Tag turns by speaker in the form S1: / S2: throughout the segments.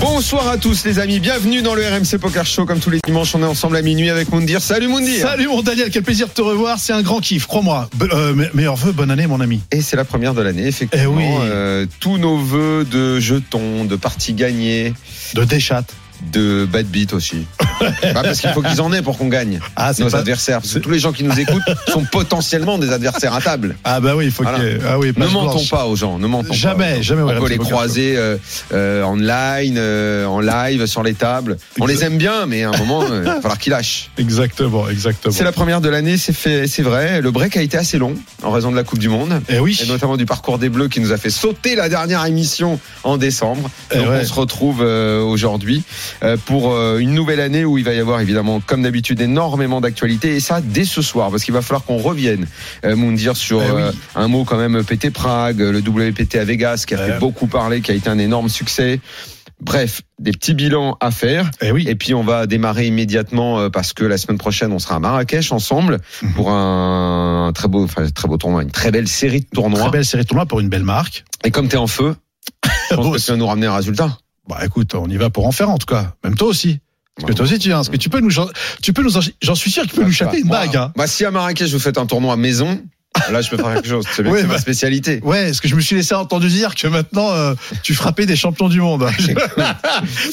S1: Bonsoir à tous les amis, bienvenue dans le RMC Poker Show. Comme tous les dimanches, on est ensemble à minuit avec Moundir. Salut Moundir
S2: Salut mon Daniel, quel plaisir de te revoir, c'est un grand kiff, crois-moi. Be- euh, me- meilleurs vœux, bonne année mon ami.
S1: Et c'est la première de l'année, effectivement.
S2: Eh oui.
S1: Euh, tous nos voeux de jetons, de parties gagnées,
S2: De déchat.
S1: de bad beat aussi. Bah, parce qu'il faut qu'ils en aient pour qu'on gagne
S2: Ah, c'est
S1: nos
S2: pas-
S1: adversaires. Parce que tous les gens qui nous écoutent sont potentiellement des adversaires à table.
S2: Ah bah oui, il faut
S1: Voilà.
S2: que... Ah oui,
S1: Ne
S2: page
S1: mentons
S2: blanche.
S1: pas aux gens, ne mentons pas.
S2: Jamais, jamais. au
S1: On peut
S2: RMC
S1: les
S2: Poker
S1: croiser euh, euh, online, euh, en live, sur les tables. On les aime bien, mais à un moment, euh, il va falloir qu'ils lâchent.
S2: Show. Exactement, exactement.
S1: C'est la première de l'année, c'est fait, c'est vrai. Le break a été assez long en raison de la Coupe du Monde.
S2: Eh oui.
S1: Et notamment du parcours des Bleus qui nous a fait sauter la dernière émission en décembre.
S2: Eh
S1: Donc
S2: ouais.
S1: on se retrouve euh, aujourd'hui euh, pour euh, une nouvelle année où il va y avoir évidemment, comme d'habitude, énormément d'actualités. Et ça, dès ce soir, parce qu'il va falloir qu'on revienne, euh, Moundir, sur
S2: Eh oui.
S1: euh, un mot quand même, PT Prague, le WPT à Vegas, qui a
S2: Ouais.
S1: fait beaucoup parler, qui a été un énorme succès. Bref, des petits bilans à faire.
S2: Eh oui.
S1: Et puis on va démarrer immédiatement euh, parce que la semaine prochaine on sera à Marrakech ensemble
S2: Mhm.
S1: pour un très beau, enfin, très beau tournoi, une très belle série de tournois.
S2: Très belle série de tournois pour une belle marque.
S1: Et comme t'es en feu, je pense
S2: Bon,
S1: que tu vas nous ramener un résultat.
S2: Bah écoute, on y va pour en faire en tout cas. Même toi aussi. Parce que toi aussi tu viens. Parce que tu peux nous, tu peux nous, j'en suis sûr qu'il peut nous
S1: Bah,
S2: chapper une
S1: moi,
S2: bague. hein.
S1: Bah si à Marrakech vous faites un tournoi maison, là je peux faire quelque chose. C'est bien
S2: Ouais,
S1: que c'est ma
S2: bah.
S1: spécialité.
S2: Ouais, parce que je me suis laissé entendre dire que maintenant euh, tu frappais des champions du monde.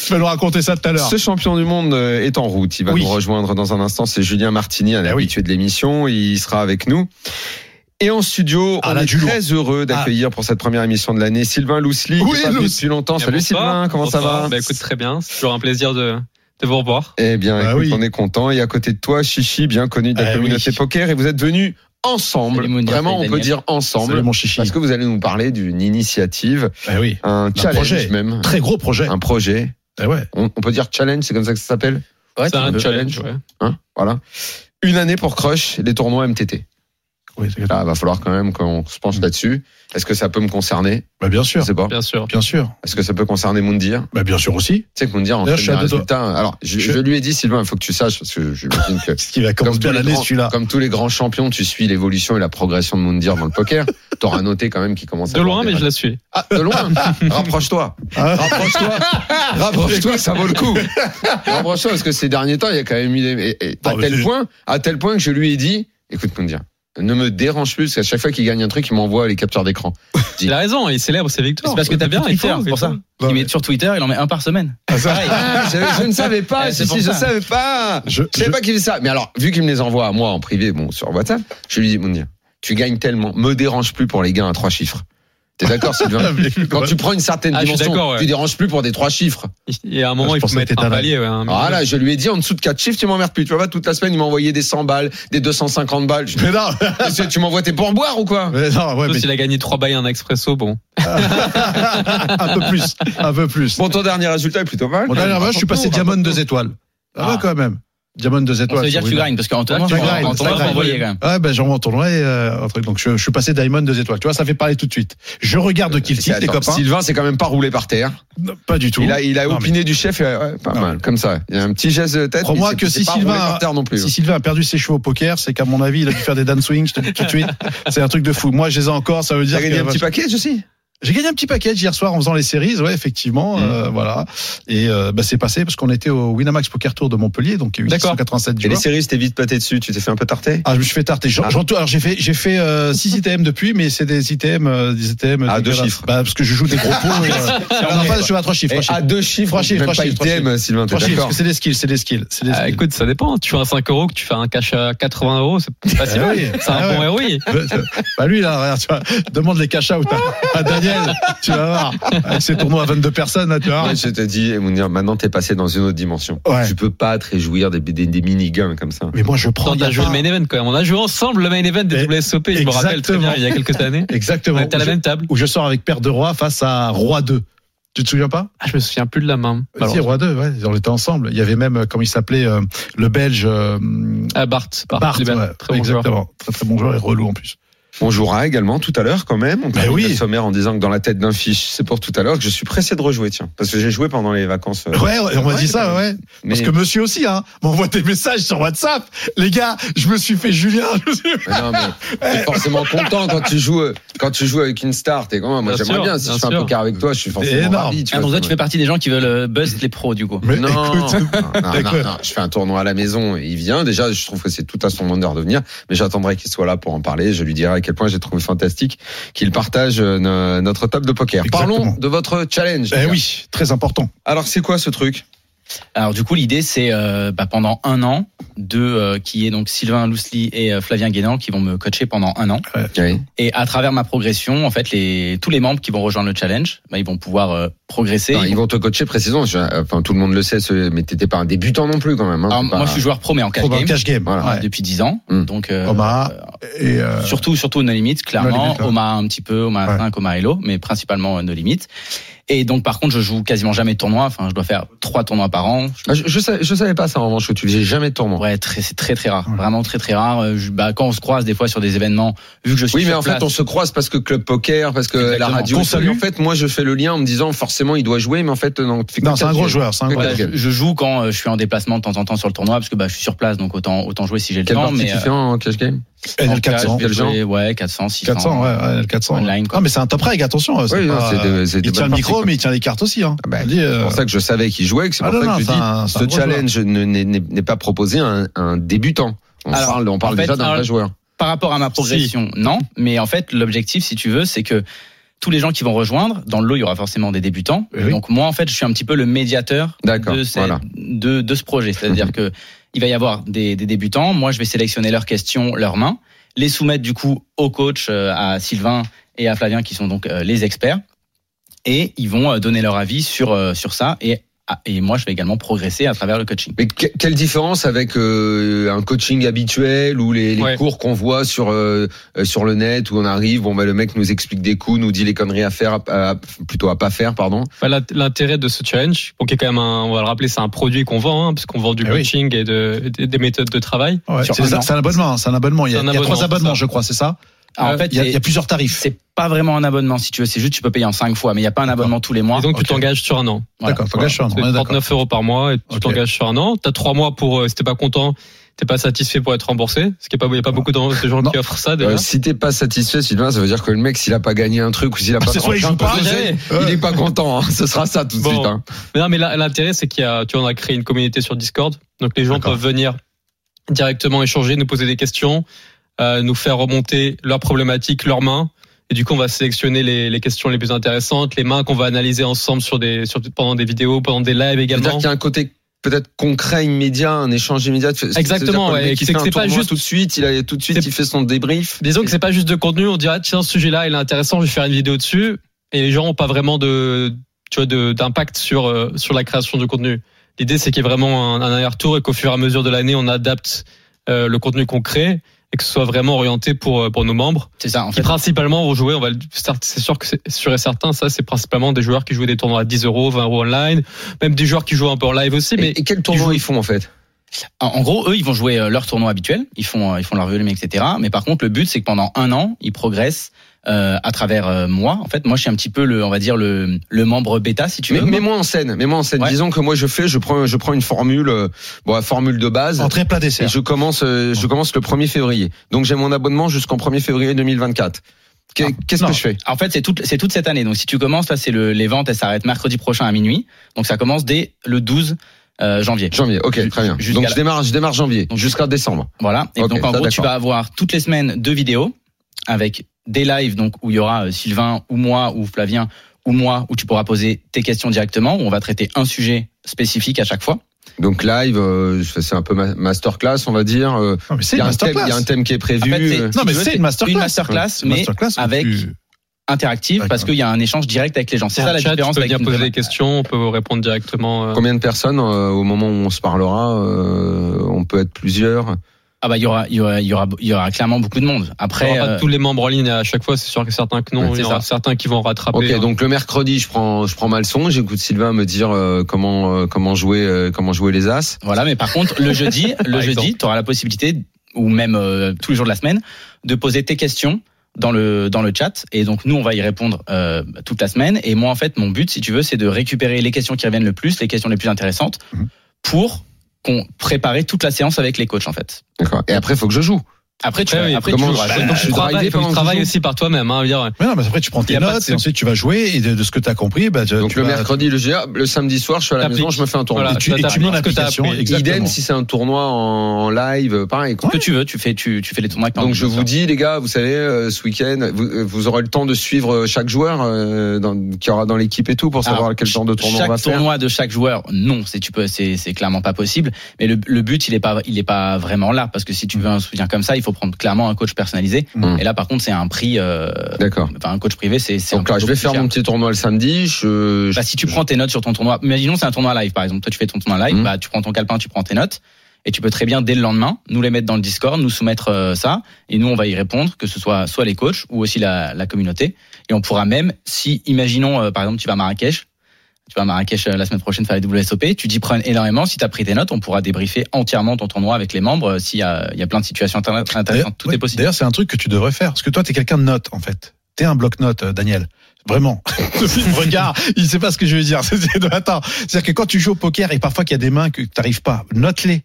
S2: tu vas nous raconter ça tout à l'heure.
S1: Ce champion du monde euh, est en route. Il va
S2: Oui.
S1: nous rejoindre dans un instant. C'est Julien Martini, un
S2: Eh oui.
S1: habitué de l'émission. Il sera avec nous. Et en studio,
S2: Ah,
S1: on
S2: là,
S1: est
S2: du
S1: très heureux d'accueilir pour cette première émission de l'année Sylvain Lousli,
S2: Oui,
S1: qui est pas venu
S2: Lous.
S1: depuis longtemps.
S3: Eh,
S1: Salut
S3: bonsoir.
S1: Sylvain, comment ça
S3: Bonsoir.
S1: va
S3: bah, écoute, très bien. C'est toujours un plaisir de, de vous revoir.
S1: Eh bien,
S2: Bah
S1: écoute,
S2: oui.
S1: on est content. Et à côté de toi, Chichi, bien connu de la
S2: Eh
S1: communauté
S2: oui.
S1: poker, et vous êtes venus ensemble.
S4: Salut, Mounir,
S1: Vraiment, on
S4: salut,
S1: peut
S4: Daniel.
S1: dire ensemble.
S2: Salut mon chichi.
S1: Parce que vous allez nous parler d'une initiative,
S2: Eh oui.
S1: un challenge
S2: projet.
S1: même,
S2: Très gros projet.
S1: un projet.
S2: Eh ouais.
S1: On, on peut dire challenge, c'est comme ça que ça s'appelle
S3: c'est un
S1: peu.
S3: challenge. ouais.
S1: hein Voilà. Une année pour Crush, les tournois MTT.
S2: Oui, c'est-
S1: Là, va falloir quand même qu'on se penche là-dessus. Est-ce que ça peut me concerner
S2: Bah, Mm. bien
S1: Je
S2: sûr.
S1: sais pas.
S3: Bien sûr.
S2: Bien sûr.
S1: Est-ce que ça peut concerner Moundir
S2: Bah, bien sûr aussi.
S1: Tu sais que Moundir en
S2: D'ailleurs, je
S1: fait
S2: suis à
S1: un
S2: deux doigts.
S1: résultat. Alors, je,
S2: Je-
S1: je lui ai dit, Sylvain, il faut que tu saches, parce que j'imagine que
S2: Ce qui va commencer
S1: tous
S2: bien
S1: les
S2: l'année,
S1: grands-
S2: celui-là.
S1: comme tous les grands champions, tu suis l'évolution et la progression de Moundir dans le poker. T'auras noté quand même qu'il commence à
S3: De loin,
S1: avoir
S3: mais
S1: des
S3: je la suis.
S1: Ah, de loin. Rapproche-toi.
S2: Ah.
S1: Rapproche-toi. Rapproche-toi, ça vaut le coup. Rapproche-toi parce que ces derniers temps, il y a quand même eu des- et- et à
S2: Non, mais
S1: tel
S2: c'est-
S1: point, à tel point que je lui ai dit, écoute Moundir, ne me dérange plus parce qu'à chaque fois qu'il gagne un truc, il m'envoie les captures d'écran.
S3: Il a raison, il célèbre ses victoires.
S4: C'est parce que t'as bien
S3: il
S4: Twitter,
S3: faut,
S4: c'est pour ça.
S2: Non,
S4: il
S2: mais-
S4: met sur Twitter, il en met un par semaine. Pareil.
S1: Ah, je, je ne savais pas.
S4: Eh,
S1: si,
S4: c'est pour
S1: si, je
S4: ça.
S1: savais pas. Je,
S2: Je-
S1: savais
S2: je-
S1: pas qu'il faisait ça. Mais alors, vu qu'il me les envoie à moi en privé, bon, sur WhatsApp, je lui dis, mon Dieu, tu gagnes tellement, me dérange plus pour les gains à trois chiffres. T'es d'accord,
S2: Ah,
S1: Sylvain Quand tu prends une certaine
S3: Ah, je suis
S1: dimension,
S3: d'accord, ouais.
S1: tu déranges plus pour des trois chiffres.
S3: Il y a un
S2: Ah,
S3: moment,
S2: je
S3: il faut
S2: pensais que
S3: mettre
S2: t'étais
S3: un
S2: là.
S3: palier. ouais, un
S1: Ah
S3: minimum.
S1: là, je lui ai dit, en dessous de quatre chiffres, tu m'emmerdes plus. Tu vois pas, toute la semaine, il m'a envoyé des 100 balles, des 250 balles. Je-
S2: Mais non,
S1: Qu'est-ce que tu m'envoies tes pourboires ou quoi
S2: mais non, ouais,
S3: Sauf
S2: mais
S3: s'il a gagné 3 bails et un expresso, bon.
S2: un peu plus, un peu plus.
S1: Bon, ton dernier résultat est plutôt pas mal.
S2: Mon dernier match, je suis passé diamant deux étoiles. Ah, bah,
S4: Ah.
S2: quand même. Diamond deux étoiles.
S4: Ça veut dire
S2: sur
S4: que tu
S2: Winamax.
S4: gagnes, parce qu'en tournoi,
S2: tu
S4: tu
S2: gagnes,
S4: en tournoi,
S2: ça
S4: faut
S2: gagne.
S4: envoyer quand même.
S2: Ouais, ben, j'en vais en tournoi et, euh, un truc. Donc, je, je suis passé Diamond deux étoiles. Tu vois, ça fait parler tout de suite. Je regarde Kill
S1: Euh, C'est-
S2: Tilt, les
S1: attends,
S2: copains.
S1: Sylvain, c'est quand même pas roulé par terre.
S2: Non, Pas du tout.
S1: Il a, il a
S2: Non, mais-
S1: opiné du chef, et, ouais, pas
S2: Non,
S1: mal,
S2: mais-
S1: comme ça. Il y a un petit geste de tête.
S2: Crois-moi
S1: mais
S2: que
S1: c'est- c'est
S2: si
S1: pas roulé
S2: Sylvain-
S1: par terre non plus. hein.
S2: Si Sylvain a perdu ses cheveux au poker, c'est qu'à mon avis, il a dû faire des down swings, je te dis tout de suite. C'est un truc de fou. Moi, je les ai encore, ça veut dire
S1: T'as gagné
S2: que-
S1: un petit package aussi
S2: J'ai gagné un petit package hier soir en faisant les séries, ouais, effectivement,
S1: Mhm.
S2: euh, voilà. Et euh, bah, c'est passé parce qu'on était au Winamax Poker Tour de Montpellier, donc il y a eu
S3: D'accord.
S2: 187
S1: Et les
S2: joueurs.
S1: séries, c'était vite pâté dessus, tu t'es fait un peu tarter
S2: Ah, je me suis fait tarter. J'en-
S1: Ah.
S2: j'en tourne- Alors j'ai fait j'ai fait euh, 6 ITM depuis, mais c'est des ITM, euh, des ITM.
S1: Ah, deux
S2: dégueulasses.
S1: chiffres.
S2: Bah, parce que je joue des gros pots. euh, on n'a pas je suis à trois
S1: Et
S2: chiffres. Trois chiffres.
S1: Eh, à deux chiffres,
S2: Trois chiffres,
S1: même
S2: trois
S1: pas
S2: chiffres, trois
S1: ITM, Sylvain, t'es
S2: Trois chiffres, parce
S1: d'accord
S2: que c'est des skills, c'est des skills, c'est des
S3: Ah,
S2: skills.
S3: écoute, ça dépend. Tu fais un 5 euros, que tu fais un cash à 80 euros, c'est pas si
S2: Ah
S3: mal.
S2: oui.
S3: C'est un
S2: Ah
S3: bon
S2: ouais.
S3: ROI.
S2: bah lui là, regarde, tu vois, demande les cash out à, à Daniel, tu vas voir. Euh, Avec ses tournois à 22 personnes, là, tu vas voir.
S1: Ouais, Je te dis, Mounir, maintenant t'es passé dans une autre dimension.
S2: Ouais.
S1: Tu peux pas te réjouir des, des, des mini-gains comme ça.
S2: Mais moi je prends.
S3: Quand
S2: il y a
S3: t'as joué
S2: pas-
S3: le main event quand même. On a joué ensemble le main event des
S2: Et-
S3: WSOP, je me rappelle très bien,
S2: exactement.
S3: il y a quelques années. On
S2: Exactement.
S3: était à la
S2: Où je-
S3: même table.
S2: où je sors avec Père de Roi face à Roi 2. Tu te souviens pas
S3: Ah, je me souviens plus de la main.
S2: Si,
S3: Alors,
S2: Roi 2, ouais, on était ensemble. Il y avait même, euh, comment il s'appelait, euh, le Belge euh,
S3: Ah, Bart. Bart,
S2: Bart.
S3: Liban.
S2: ouais,
S3: Très bon joueur.
S2: exactement. Très très bon joueur et relou en plus.
S1: On jouera également tout à l'heure quand même. On termine
S2: Bah oui.
S1: le sommaire en disant que dans la tête d'un fiche, c'est pour tout à l'heure que je suis pressé de rejouer, tiens. Parce que j'ai joué pendant les vacances. euh,
S2: Ouais, ouais, on m'a
S1: Ouais,
S2: dit
S1: c'est
S2: ça, ouais.
S1: mais-
S2: Parce que monsieur aussi, hein, m'envoie des messages sur WhatsApp. Les gars, je me suis fait Julien. Je me suis...
S1: Mais non, mais t'es forcément content quand tu joues, euh, quand tu joues avec une star. T'es quand même, moi
S3: Bien
S1: j'aimerais
S3: sûr,
S1: bien. Si
S3: bien
S1: je fais un
S3: sûr.
S1: poker avec toi, je suis forcément
S2: énorme.
S1: ravi. Tu
S4: Ah,
S1: vois,
S4: donc toi,
S1: ça
S4: tu
S1: me-
S4: fais partie des gens qui veulent euh, bust les pros, du coup.
S2: Mais
S1: non,
S2: écoute,
S1: non, non,
S2: écoute.
S1: non, je fais un tournoi à la maison et il vient. Déjà, je trouve que c'est tout à son honneur de venir, mais j'attendrai qu'il soit là pour en parler. Je lui dirai à quel point j'ai trouvé fantastique qu'il partage euh, no- notre table de poker.
S2: Exactement.
S1: Parlons de votre challenge.
S2: eh oui, très important.
S1: Alors, c'est quoi ce truc
S4: Alors du coup l'idée c'est euh, bah, pendant un an de euh, qui est donc Sylvain Lousli et euh, Flavien Guénan qui vont me coacher pendant un an
S1: Oui.
S4: et à travers ma progression en fait les tous les membres qui vont rejoindre le challenge bah, ils vont pouvoir euh, progresser.
S1: Non,
S4: Ils
S1: ils vont te coacher précisément. Je- Enfin, tout le monde le sait, ce- mais t'étais pas un débutant non plus quand même. hein.
S4: Alors,
S1: C'est pas-
S4: Ah, moi je suis joueur pro mais en cash
S2: Trop dans le
S4: game
S2: cash game.
S1: Voilà.
S2: ouais.
S4: depuis 10 ans
S1: Mm.
S4: donc euh,
S2: Omaha et euh,
S4: Surtout, surtout No Limit,
S2: No
S4: clairement.
S2: Limit, ouais.
S4: Oma un petit peu, Oma
S2: Ouais.
S4: 5, Oma Hello, mais principalement euh, No Limit. Et donc, par contre, je joue quasiment jamais de tournoi. Enfin, je dois faire trois tournois par an.
S1: Ah, je, je savais, je savais pas ça en revanche que tu faisais jamais de tournoi.
S4: Ouais, très, c'est très très rare, vraiment très très rare. Euh, je- bah, quand on se croise des fois sur des événements, vu que je suis
S1: Oui, mais
S4: sur
S1: en
S4: place,
S1: fait, on se croise parce que club poker, parce que
S4: Exactement.
S1: la radio.
S4: Qu'on
S1: et tout.
S2: salue.
S1: En fait, moi, je fais le lien en me disant forcément, il doit jouer, mais en fait, non. tu fais que
S2: non, c'est un
S1: cash
S2: gros
S1: game.
S2: joueur, c'est un
S1: Que
S2: gros
S4: voilà,
S1: cash
S4: je,
S1: game.
S4: je joue quand euh, je suis en déplacement de temps en temps sur le tournoi parce que bah, je suis sur place, donc autant autant jouer si j'ai le
S1: Quelle
S4: temps.
S1: partie
S4: Mais
S1: tu fais en cash game
S4: euh, en
S2: NL 400.
S4: cas, je vais
S1: Quel
S4: jouer, ouais, 400, 600.
S2: 400, ouais, ouais, 400.
S4: Online, quoi.
S2: Non, mais c'est un top reg, attention. c'est
S1: Oui, non,
S2: pas,
S1: c'est de- c'est de
S2: il tient
S1: bonnes
S2: le micro,
S1: parties,
S2: mais il tient les cartes aussi. Hein.
S1: Ah bah,
S2: On dit,
S1: C'est
S2: euh,
S1: pour ça que je savais qu'il jouait, que c'est pour
S2: Ah non,
S1: ça
S2: non,
S1: que je
S2: c'est un-
S1: dis
S2: c'est un
S1: ce
S2: gros
S1: challenge ne- n'est n'est- n'est pas proposé à un, un débutant. On
S4: Alors,
S1: parle, on parle
S4: en fait,
S1: déjà d'un
S4: alors-
S1: vrai joueur.
S4: Par rapport à ma progression, non. Mais en fait, l'objectif, si tu veux, c'est que tous les gens qui vont rejoindre, dans le lot, il y aura forcément des débutants.
S2: Oui, oui.
S4: Donc moi, en fait, je suis un petit peu le médiateur
S1: D'accord,
S4: de, ces-
S1: voilà.
S4: de, de ce projet. C'est-à-dire que il va y avoir des, des débutants. Moi, je vais sélectionner leurs questions, leurs mains, les soumettre du coup au coach, euh, à Sylvain et à Flavien, qui sont donc euh, les experts, et ils vont euh, donner leur avis sur euh, sur ça. Et ah, et moi, je vais également progresser à travers le coaching.
S1: Mais que- quelle différence avec euh, un coaching habituel ou les, les
S3: Ouais.
S1: cours qu'on voit sur euh, euh, sur le net où on arrive, bon bah le mec nous explique des coups, nous dit les conneries à faire, à- à- plutôt à pas faire, pardon.
S3: Bah, l'int- L'intérêt de ce challenge, bon, qui est quand même un, on va le rappeler, c'est un produit qu'on vend, hein, parce qu'on vend du
S2: Eh oui.
S3: coaching et de, des- des méthodes de travail.
S2: ouais,
S4: sur
S2: c'est
S4: un
S2: ça,
S4: an.
S2: c'est un abonnement. hein, C'est un abonnement. Il y a,
S3: C'est un
S2: il y a
S3: abonnement,
S2: trois abonnements,
S3: c'est ça.
S2: je crois, c'est ça
S4: Alors, Ah, en fait,
S2: il, Euh, y a, il y a
S4: c'est-
S2: plusieurs tarifs.
S4: c'est pas vraiment un abonnement si tu veux, c'est juste tu peux payer en cinq fois, mais il n'y a pas un abonnement tous les mois.
S3: et donc,
S2: ok.
S3: tu t'engages sur un an.
S4: Voilà.
S2: D'accord, faut que je sois un,
S3: C'est
S2: on est d'accord.
S3: 39 euros par mois et tu
S2: Ok.
S3: t'engages sur un an. Tu as trois mois pour, euh, si t'es pas content, t'es pas satisfait pour être remboursé. Ce qui est pas, il n'y a pas beaucoup de de gens
S2: Non.
S3: qui offrent ça déjà.
S1: Euh, si t'es pas satisfait, Sylvain, ça veut dire que le mec, s'il a pas gagné un truc ou s'il a
S3: Ah,
S1: pas
S2: c'est
S1: de
S2: soit il
S1: requin,
S2: joue pas,
S1: parce que
S3: jamais.
S1: il est pas content. hein. Ce sera ça tout de
S3: Bon.
S1: suite. hein.
S3: Mais non, mais là, l'intérêt, c'est qu'il y a, tu vois, on a créé une communauté sur Discord. Donc, les gens
S2: D'accord.
S3: peuvent venir directement échanger, nous poser des questions, euh, nous faire remonter leurs problématiques, leurs mains. Et du coup, on va sélectionner les, les questions les plus intéressantes, les mains qu'on va analyser ensemble sur des, sur, pendant des vidéos, pendant des lives
S1: C'est-à-dire
S3: également.
S1: qu'il y a un côté peut-être concret, immédiat, un échange immédiat. C'est-
S3: Exactement,
S1: c'est-à-dire que le
S3: ouais,
S1: mec, il
S3: c'est
S1: fait
S3: que
S1: un
S3: c'est pas
S1: tournoi
S3: juste-
S1: tout de suite. Il a tout de suite,
S3: C'est-
S1: il fait son débrief.
S3: Disons que c'est pas juste de contenu. On dit, ah, tiens, ce sujet-là, il est intéressant, je vais faire une vidéo dessus. Et les gens n'ont pas vraiment de, tu vois, de- d'impact sur, euh, sur la création de contenu. L'idée, c'est qu'il y ait vraiment un, un arrière-tour et qu'au fur et à mesure de l'année, on adapte euh, le contenu qu'on crée et que ce soit vraiment orienté pour, euh, pour nos membres.
S4: C'est ça, en
S3: Qui
S4: fait.
S3: principalement vont jouer, on va le- c'est sûr que c'est sûr et certain, ça, c'est principalement des joueurs qui jouent des tournois à 10 euros, 20 euros online, même des joueurs qui jouent un peu en live aussi, mais
S1: Et, et quel tournoi ils font en fait
S4: En, en gros, eux, ils vont jouer euh, leur tournoi habituel, ils font, euh, ils font leur volume, etc. Mais par contre, le but, c'est que pendant un an, ils progressent euh, à travers euh, moi. En fait, moi, je suis un petit peu le, on va dire le, le membre bêta, si tu
S1: mais,
S4: veux.
S1: mais moi en scène, mais moi en scène.
S4: Ouais.
S1: Disons que moi je fais, je prends, je prends une formule, euh, bon, la formule de base.
S2: Entrée
S1: Et
S2: plat dessert.
S1: je commence, euh, je commence le 1er février. Donc j'ai mon abonnement jusqu'en 1er février 2024. Qu'est-
S4: Ah,
S1: Qu'est-ce
S4: non.
S1: que je fais
S4: En fait, c'est toute, c'est toute cette année. Donc, si tu commences là, c'est le, les ventes, elles s'arrêtent mercredi prochain à minuit. Donc, ça commence dès le 12 euh, janvier.
S1: Janvier, ok, très bien.
S4: Jusqu'à
S1: Donc
S4: la-
S1: je démarre, je démarre janvier,
S4: Donc-
S1: jusqu'à décembre.
S4: Voilà. Et
S1: Ok,
S4: donc, en
S1: ça,
S4: gros, tu
S1: d'accord.
S4: vas avoir toutes les semaines deux vidéos avec des lives, donc, où il y aura euh, Sylvain ou moi ou Flavien ou moi, où tu pourras poser tes questions directement, où on va traiter un sujet spécifique à chaque fois.
S1: Donc live, euh, c'est un peu ma- masterclass, on va dire. euh,
S2: Non, mais c'est
S1: Il y,
S2: une
S1: a un thème-
S2: masterclass.
S1: il y a un thème qui est prévu.
S4: En fait, c'est-
S1: euh,
S2: Non, mais
S4: si tu veux,
S2: c'est
S4: c'est
S2: une masterclass.
S4: une masterclass,
S2: C'est une
S4: mais
S2: masterclass où
S4: avec-
S2: tu-
S4: Interactive, parce
S2: D'accord.
S4: qu'il y a un échange direct avec les gens. C'est
S3: Sur
S4: ça la
S3: le chat,
S4: différence
S3: tu peux
S4: avec
S3: venir
S4: une
S3: poser des
S4: demande.
S3: questions, on peut vous répondre directement. euh,
S1: Combien de personnes euh, au moment où on se parlera euh, On peut être plusieurs.
S4: Ah bah il y aura, il y aura, il y aura, il y aura clairement beaucoup de monde.
S3: Il n'y
S4: Après,
S3: aura pas
S4: euh,
S3: tous les membres en ligne à chaque fois, c'est sûr que certains que non,
S1: Ouais,
S3: il
S1: c'est
S3: y aura certains qui vont rattraper.
S1: Ok,
S3: hein.
S1: donc le mercredi, je prends, je prends ma leçon. J'écoute Sylvain me dire euh, comment, euh, comment jouer, euh, comment jouer les as.
S4: voilà. Mais par contre, le jeudi, le
S3: Par
S4: jeudi,
S3: exemple.
S4: tu auras la possibilité, ou même euh, tous les jours de la semaine, de poser tes questions dans le dans le chat et donc nous on va y répondre euh, toute la semaine et moi en fait mon but si tu veux c'est de récupérer les questions qui reviennent le plus les questions les plus intéressantes
S1: Mhm.
S4: pour qu'on prépare toute la séance avec les coachs en fait
S1: D'accord. Et après, il faut que je joue.
S4: après tu
S3: Après, oui.
S4: après tu
S1: Comment-
S4: joueras.
S1: Bah, je
S3: Donc,
S1: suis
S3: tu travailles,
S1: drivé
S3: faut que
S1: pendant
S3: tu
S1: que
S3: travailles
S1: je joue.
S3: aussi par toi-même. Hein, je veux dire,
S2: Mais non, mais après, tu prends
S3: Y
S2: tes
S3: a pas de
S2: notes et
S3: séance.
S2: ensuite tu vas jouer et de, de ce que tu as compris, bah, tu,
S1: Donc
S2: tu
S1: le
S2: vas-
S1: mercredi, le, GA, le samedi soir, je suis à la
S3: T'appliques.
S1: maison, je me fais un tournoi.
S3: Voilà.
S2: et tu,
S3: Toi,
S2: et
S3: t'as
S2: tu mets
S3: appris ce que t'as
S2: l'application.
S3: appris.
S2: exactement.
S1: Idem si c'est un tournoi en live, euh, pareil. quoi.
S4: ce que tu veux tu fais tu, tu fais les tournois avec ton
S1: Donc je vous dis
S4: ordinateur.
S1: les gars, vous savez, euh, ce week-end, vous, euh, vous aurez le temps de suivre euh, chaque joueur euh, dans, qui aura dans l'équipe et tout pour savoir
S4: Alors,
S1: quel genre de tournoi on
S4: chaque
S1: va faire.
S4: tournoi de chaque joueur, non, c'est tu peux, c'est c'est clairement pas possible. Mais le, le but, il est pas, il est pas vraiment là parce que si tu veux un soutien comme ça, il faut prendre clairement un coach personnalisé.
S1: Mm.
S4: Et là, par contre, c'est un prix. euh,
S1: D'accord.
S4: Enfin, un coach privé, c'est. c'est
S1: Donc
S4: un
S1: là,
S4: peu
S1: je vais
S4: plus
S1: faire
S4: cher.
S1: mon petit tournoi le samedi. Je, je-
S4: Bah, si tu prends tes notes sur ton tournoi, imaginons c'est un tournoi live par exemple. Toi, tu fais ton tournoi live,
S2: Mhm.
S1: Mm.
S4: bah, tu prends ton calepin, tu prends tes notes. Et tu peux très bien dès le lendemain nous les mettre dans le Discord, nous soumettre euh, ça, et nous on va y répondre, que ce soit soit les coachs ou aussi la, la communauté. Et on pourra même, si imaginons euh, par exemple tu vas à Marrakech, tu vas à Marrakech euh, la semaine prochaine faire les WSOP, tu t'y prends énormément. Si tu as pris tes notes, on pourra débriefer entièrement ton tournoi avec les membres. euh, S'il y a, il y a plein de situations interna-
S2: D'ailleurs,
S4: intéressantes, tout
S2: oui,
S4: est possible.
S2: D'ailleurs, c'est un truc que tu devrais faire. Parce que toi, t'es quelqu'un de notes, en fait. T'es un bloc-notes, euh, Daniel. Vraiment. Depuis le regard, il sait pas ce que je veux dire. C'est- c'est- Attends. C'est-à-dire que quand tu joues au poker et parfois qu'il y a des mains que t'arrives pas, note-les.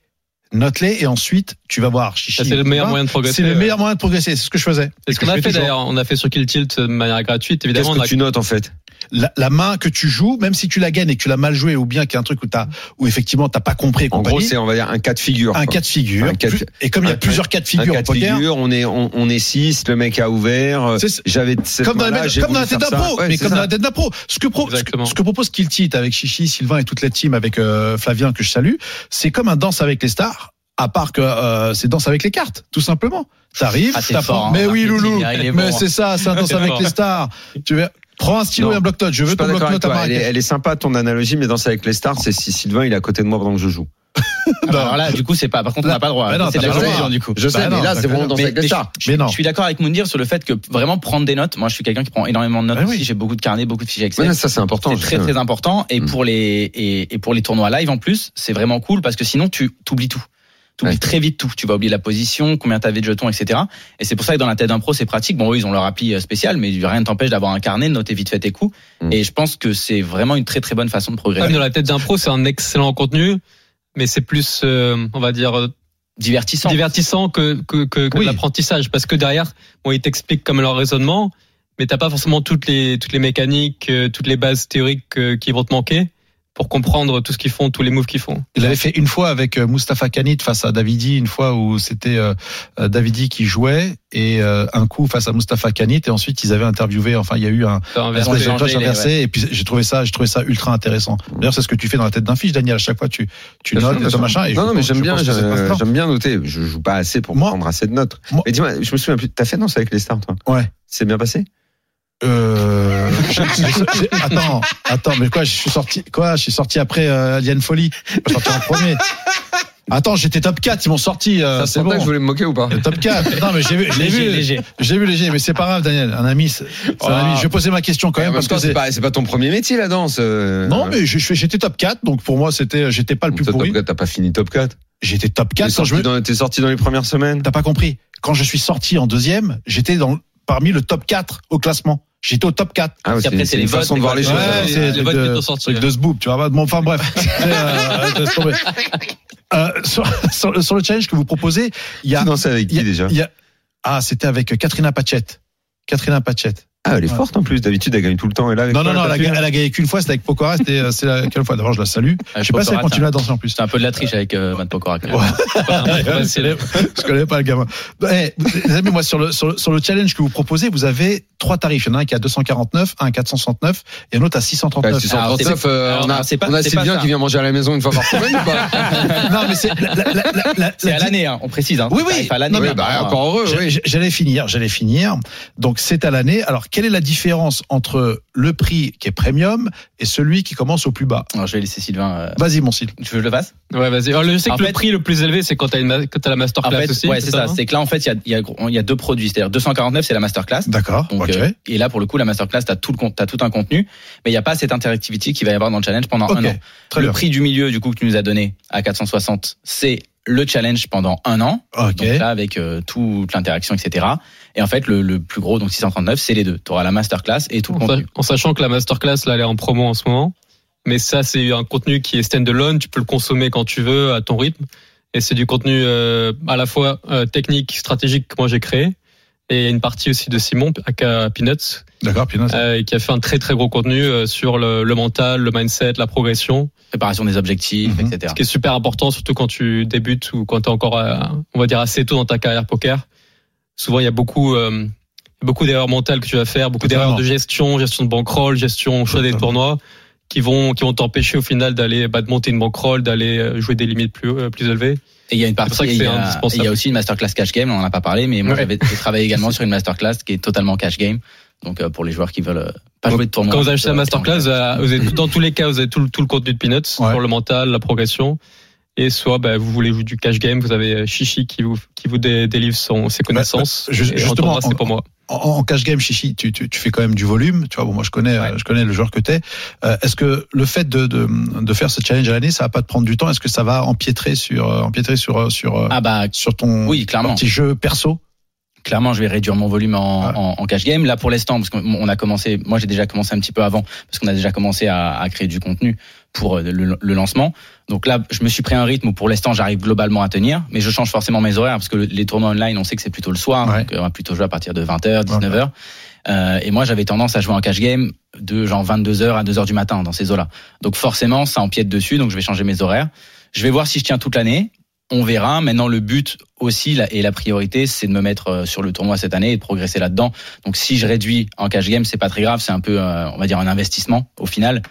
S2: Note-les et ensuite, tu vas voir. Chichi,
S3: Ça, c'est le meilleur
S2: tu vois.
S3: moyen de progresser.
S2: Bah, C'est le
S3: ouais.
S2: meilleur moyen de progresser. C'est ce que je faisais.
S3: C'est ce qu'on a
S2: Je fais
S3: fait
S2: toujours.
S3: d'ailleurs. On a fait sur Kill Tilt de manière gratuite,
S1: Qu'est-ce
S3: évidemment. on
S1: que
S3: a-
S1: tu notes en fait
S2: La, la main que tu joues, même si tu la gagnes et que tu l'as mal jouée ou bien qu'il y a un truc où t'as, où effectivement t'as pas compris et
S1: En gros,
S2: compagnie,
S1: c'est on va dire un cas de figure.
S2: un
S1: quoi.
S2: cas de figure.
S1: Un cas de-
S2: plus- Et comme il y
S1: un-
S2: a plusieurs cas de
S1: Un
S2: figure
S1: cas
S2: au
S1: de
S2: poker,
S1: figure, on est on, on est 6, le mec a ouvert. euh,
S2: C'est ce-
S1: J'avais cette
S2: comme dans,
S1: main-là,
S2: la,
S1: j'ai
S2: comme dans la
S1: voulu
S2: tête d'un
S1: faire ça.
S2: pro,
S1: Ouais,
S2: mais
S1: c'est
S2: comme
S1: ça.
S2: dans la tête d'un pro. Ce que, pro- ce, que-
S3: Exactement.
S2: ce que propose Kill Tit avec Chichi, Sylvain et toute la team avec euh, Flavien que je salue, c'est comme un danse avec les stars. À part que euh, c'est danse avec les cartes, tout simplement. T'arrives,
S4: Ah, c'est
S2: t'apprends-
S4: fort, hein,
S2: mais oui,
S4: marketing,
S2: loulou.
S4: il est
S2: Mais
S4: bon.
S2: c'est ça, c'est un danse
S3: C'est
S2: avec
S3: fort.
S2: les stars. Tu veux- prends un stylo
S1: Non,
S2: et un bloc-notes. Je
S1: Je
S2: veux
S1: suis
S2: ton
S1: pas d'accord avec
S2: bloc-notes à
S1: toi. Elle est,
S2: Marrakech.
S1: elle est sympa ton analogie, mais danser avec les stars, c'est si Sylvain il est à côté de moi pendant que je joue.
S4: Ah, bah, Alors là, du coup, c'est pas. Par contre, on n'a pas le droit. hein.
S2: Bah non,
S4: c'est de
S2: t'as
S4: la
S2: pas le droit.
S4: religion, du coup.
S1: Je sais,
S2: Bah
S1: mais
S2: non,
S1: là c'est
S2: d'accord.
S1: vraiment danser
S4: Mais-
S1: avec les
S4: mais
S1: stars.
S2: Mais non.
S4: Je suis d'accord avec Moundir sur le fait que vraiment prendre des notes. Moi, je suis quelqu'un qui prend énormément de notes
S2: Ah oui.
S4: aussi. J'ai beaucoup de carnets, beaucoup de fichiers Excel.
S1: Bah Ouais, ça c'est important.
S4: c'est
S1: je
S4: très
S1: sais.
S4: très important. Et
S1: Mm.
S4: pour les et, et pour les tournois live en plus, c'est vraiment cool parce que sinon tu t'oublies tout. T'oublies
S1: Ouais.
S4: très vite tout. Tu vas oublier la position, combien t'avais de jetons, etc. Et c'est pour ça que dans la tête d'un pro, c'est pratique. Bon, eux, ils ont leur appli euh, spéciale, mais rien ne t'empêche d'avoir un carnet, de noter vite fait tes coups.
S1: Mm. Ah
S4: Et je pense que c'est vraiment une très très bonne façon de progresser.
S3: Femme dans la tête d'un pro, c'est un excellent contenu, mais c'est plus, euh, on va dire, euh,
S4: Divertissant.
S3: divertissant que, que, que, que
S2: Oui.
S3: de l'apprentissage. Parce que derrière, bon, ils t'expliquent comme leur raisonnement, mais t'as pas forcément toutes les, toutes les mécaniques, euh, toutes les bases théoriques euh, qui vont te manquer pour comprendre tout ce qu'ils font, tous les moves qu'ils font.
S2: Il l'avait fait une fois avec euh, Mustapha Kanit face à Davidi, une fois où c'était euh, euh, Davidi qui jouait et euh, un coup face à Mustapha Kanit et ensuite ils avaient interviewé. Enfin, il y a eu un,
S3: T'as un
S4: Ils
S2: Parce
S4: ont
S2: que
S3: verre-
S2: j'ai
S4: changé
S2: pas
S4: les-
S2: inversé, et puis j'ai trouvé ça, j'ai trouvé ça ultra intéressant. D'ailleurs, c'est ce que tu fais dans la tête d'un fiche, Daniel. À chaque fois, tu, tu
S1: Bien sûr,
S2: notes
S1: bien
S2: ton
S1: sûr.
S2: machin. Et
S1: non, non,
S2: je
S1: mais
S2: pense-
S1: j'aime
S2: je
S1: bien,
S2: pense que c'est pas
S1: je-
S2: simple.
S1: j'aime bien noter. Je joue pas assez pour
S2: Moi-
S1: prendre assez de notes.
S2: Moi-
S1: Mais dis-moi, je me souviens plus. T'as fait danser avec les stars, toi
S2: Ouais.
S1: C'est bien passé
S2: Euh, j'ai- attends, attends, mais quoi, je suis sorti, quoi, je suis sorti après euh, Alien Folly. Je suis sorti en premier. Attends, j'étais top 4, ils m'ont sorti, euh,
S1: Ça se
S2: c'est
S1: sentait
S2: bon.
S1: que je voulais me moquer ou pas
S2: Top 4. Non, mais j'ai vu, je
S1: Ah
S2: l'ai
S4: Léger,
S2: vu,
S4: léger.
S2: j'ai vu léger, mais c'est pas grave, Daniel. Un ami, c'est c'est un
S1: Ah.
S2: ami. Je vais poser ma question quand
S1: En
S2: même
S1: même
S2: parce
S1: temps,
S2: que
S1: c'est
S2: c'est.
S1: pas, c'est pas ton premier métier, la danse. euh.
S2: Non, mais je- je- j'étais top 4, donc pour moi, c'était, j'étais pas le plus
S1: Toi, top
S2: pourri.
S1: 4, T'as pas fini top 4.
S2: J'étais top
S1: T'es
S2: 4 quand
S1: sorti,
S2: je me,
S1: dans- t'es sorti dans les premières semaines
S2: T'as pas compris. Quand je suis sorti en deuxième, j'étais dans parmi le top 4 au classement. J'étais au top 4.
S1: Ah, ouais,
S4: Parce
S1: c'est
S4: qu'après, c'est
S1: c'est une
S4: les votes,
S1: façon de
S4: les
S1: voir les
S4: votes.
S1: choses.
S3: Ouais,
S1: hein.
S3: c'est- les votes qui t'ont sorti,
S2: truc
S3: ouais.
S2: de ce boob, tu vois. Bon, enfin bref. C'est, euh, laisse tomber. Euh, sur, sur le- sur le challenge que vous proposez, il y a,
S1: Tu dansais avec
S2: il y
S1: qui
S2: a-
S1: déjà
S2: il y a- ah, c'était avec Katrina Pachette. Katrina Pachette.
S1: Ah, elle est
S2: Ouais.
S1: forte en plus. D'habitude, elle gagne tout le temps. Et là, avec
S2: Non,
S1: toi,
S2: non, non,
S1: elle
S2: elle a,
S1: t'a fait-
S2: elle a gagné qu'une fois, c'était avec Pokora, c'était, euh, c'est la, quelle fois? D'abord, je la salue.
S4: Ah,
S2: Je sais pas si elle
S4: Pokora,
S2: continue à danser en plus.
S4: C'est un peu de la triche avec euh, Matt Pokora. quand même.
S2: Ouais.
S3: facile.
S2: Je connais pas le gamin. Eh, les amis, moi, sur le, sur, le, sur le challenge que vous proposez, vous avez trois tarifs. Il y en a un qui est à 249, un à 469 et un autre à
S1: Bah,
S2: 639.
S1: 639, euh,
S4: alors,
S1: on a,
S4: c'est pas-
S1: on a
S4: c'est pas
S1: Sylvain
S4: ça.
S1: qui vient manger à la maison une fois par semaine ou pas
S2: non, mais c'est la, la- la- la- la-
S4: C'est à
S2: la-
S4: l'année, hein, on précise. Hein,
S2: Oui, oui.
S4: Tarif à l'année.
S2: Non, mais
S1: Oui, bah, encore heureux,
S2: J'a-
S1: oui.
S2: j'a- J'allais finir, j'allais finir. Donc c'est à l'année. Alors quelle est la différence entre le prix qui est premium et celui qui commence au plus bas
S4: Alors, je vais laisser Sylvain. euh,
S2: Vas-y mon Sylvain.
S4: Tu veux que je le fasse
S3: Ouais, vas-y. Alors, je sais
S4: En
S3: que
S4: fait-
S3: le prix le plus élevé, c'est quand t'as une ma- quand t'as la
S4: En
S3: masterclass
S4: fait,
S3: aussi.
S4: ouais, c'est ça.
S3: hein
S4: C'est que là, en fait, il y a, il y, a, il y a deux produits. C'est-à-dire 249, c'est la masterclass.
S2: D'accord.
S4: Donc,
S2: ok.
S4: euh, et là, pour le coup, la masterclass, t'as tout le con- t'as tout un contenu, mais il n'y a pas cette interactivity qu'il va y avoir dans le challenge pendant
S2: Ok,
S4: un an.
S2: Très
S4: le
S2: bien.
S4: prix du milieu, du coup, que tu nous as donné à 460, c'est le challenge pendant un an.
S2: Ok.
S4: Donc là, avec euh, toute l'interaction, etc. Et en fait, le, le plus gros, donc 639, c'est les deux. Tu auras la masterclass et tout le
S3: En, sa-
S4: contenu.
S3: en sachant que la masterclass, là, elle est en promo en ce moment. Mais ça, c'est un contenu qui est stand-alone. Tu peux le consommer quand tu veux, à ton rythme. Et c'est du contenu euh, à la fois euh, technique, stratégique que moi j'ai créé. Et il y a une partie aussi de Simon, aka Peanuts,
S2: D'accord, puis non, c'est-
S3: euh, qui a fait un très très gros contenu euh, sur le, le mental, le mindset, la progression,
S4: Préparation des objectifs,
S2: Mhm.
S4: etc.
S3: ce qui est super important, surtout quand tu débutes ou quand tu es encore, euh, on va dire, assez tôt dans ta carrière poker. Souvent, il y a beaucoup, euh, beaucoup d'erreurs mentales que tu vas faire, beaucoup
S2: Totalement.
S3: d'erreurs de gestion, gestion de bankroll, gestion choix des
S2: Totalement.
S3: tournois, qui vont qui vont t'empêcher au final d'aller bah, de monter une bankroll, d'aller euh, jouer des limites plus euh, plus élevées.
S4: Et il y a une partie,
S3: pour ça que
S4: et il y,
S3: c'est
S4: a-
S3: indispensable.
S4: il y a aussi une masterclass cash game, on en a pas parlé, mais moi
S3: Ouais.
S4: j'avais j'ai travaillé également sur une masterclass qui est totalement cash game. Donc euh, pour les joueurs qui veulent euh, pas jouer de tournoi.
S3: Quand vous achetez la
S4: euh,
S3: masterclass, vous avez- vous avez- dans tous les cas, vous avez tout, le- tout le contenu de Peanuts
S2: Ouais.
S3: sur le mental, la progression. Et soit bah, vous voulez jouer du cash game, vous avez Chichi qui vous, qui vous dé- délivre son, ses connaissances.
S2: bah, ju-
S3: Et en
S2: justement,
S3: tournoi, c'est
S2: en-
S3: pour moi.
S2: en, en cash game, chichi, tu, tu, tu fais quand même du volume. Tu vois, bon, moi je connais, euh, je connais le joueur que t'es. Euh, Est-ce que le fait de, de, de faire ce challenge à l'année, ça va pas te prendre du temps Est-ce que ça va empiétrer sur, euh, empiétrer sur, euh, sur, euh,
S4: Ah bah
S2: sur ton
S4: oui, clairement.
S2: petit jeu perso
S4: clairement, je vais réduire mon volume en,
S2: Ouais.
S4: en, en cash game. Là, pour l'instant, parce qu'on a commencé, moi j'ai déjà commencé un petit peu avant, parce qu'on a déjà commencé à, à créer du contenu pour euh, le, le lancement. Donc là, je me suis pris un rythme où pour l'instant, j'arrive globalement à tenir, mais je change forcément mes horaires, parce que le- les tournois online, on sait que c'est plutôt le soir,
S2: Ouais.
S4: donc euh, on va plutôt jouer à partir de 20h, 19h. Euh, et moi, j'avais tendance à jouer en cash game de genre 22h à 2h du matin, dans ces eaux-là. Donc forcément, ça empiète dessus, donc je vais changer mes horaires. Je vais voir si je tiens toute l'année, on verra. Maintenant, le but aussi la- et la priorité, c'est de me mettre euh, sur le tournoi cette année et de progresser là-dedans. Donc, si je réduis en cash game, c'est pas très grave. C'est un peu, euh, on va dire, un investissement au final.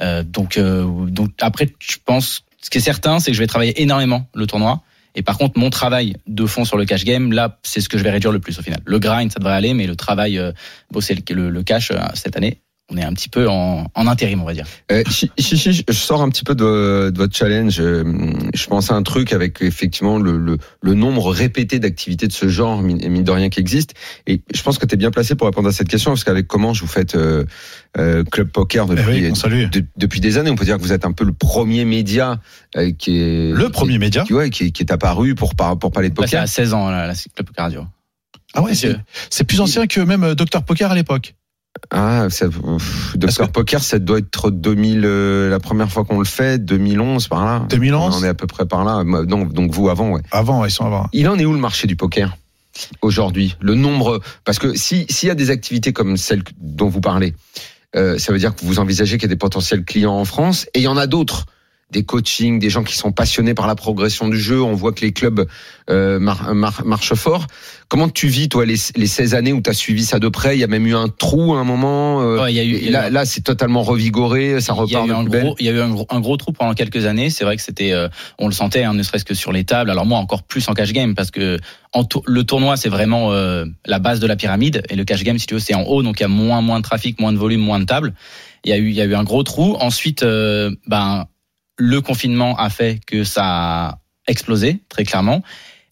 S4: Euh, donc, euh, donc après, je pense, ce qui est certain, c'est que je vais travailler énormément le tournoi. Et par contre, mon travail de fond sur le cash game, là, c'est ce que je vais réduire le plus au final. Le grind, ça devrait aller, mais le travail, euh, bosser le, le, le cash euh, cette année, on est un petit peu en, en intérim, on va dire.
S1: Euh, Chi- Chichi, je- je sors un petit peu de, de votre challenge. Euh, Je pense à un truc avec effectivement le, le, le nombre répété d'activités de ce genre, mine mine de rien, qui existe. Et je pense que tu es bien placé pour répondre à cette question, parce qu'avec comment je vous faites euh, euh, Club Poker
S2: Eh
S1: depuis, euh,
S2: oui, on salue.
S1: de- depuis des années, on peut dire que vous êtes un peu le premier média euh, qui est...
S2: Le premier média.
S1: Qui, ouais, qui, qui est apparu pour, par- pour parler de
S4: Là, Bah, c'est
S1: poker. Euh,
S4: à 16 ans, là, la club cardio.
S2: Ah ouais, c'est c'est plus ancien que même euh, Dr Poker à l'époque.
S1: Ah, ça, pff,
S2: Parce
S1: Dr. Poker, ça doit être 2000, euh, la première fois qu'on le fait, 2011, par là.
S2: 2011.
S1: On est à peu près par là. Moi, Donc, donc vous, avant, ouais.
S2: Avant, ouais, ils sont avant.
S1: Il en est où le marché du poker aujourd'hui Le nombre. Parce que si- s'il y a des activités comme celle que- dont vous parlez, euh, ça veut dire que vous envisagez qu'il y a des potentiels clients en France et il y en a d'autres. Des coachings, des gens qui sont passionnés par la progression du jeu. On voit que les clubs euh, mar- mar- marchent fort. Comment tu vis, toi, les, les 16 années où tu as suivi ça de près Il y a même eu un trou à un moment. euh,
S4: Ouais, il y a eu- il y a eu
S1: là, là, c'est totalement revigoré. Ça
S4: Il y a
S1: repart
S4: eu
S1: de
S4: un
S1: plus belle.
S4: gros, il y a eu un gros, un gros trou pendant quelques années. C'est vrai que c'était, euh, on le sentait, hein, ne serait-ce que sur les tables. Alors moi, encore plus en cash game parce que en tour- le tournoi, c'est vraiment euh, la base de la pyramide et le cash game, si tu veux, c'est en haut, donc il y a moins, moins de trafic, moins de volume, moins de tables. Il y a eu, il y a eu un gros trou. Ensuite, euh, ben le confinement a fait que ça a explosé très clairement.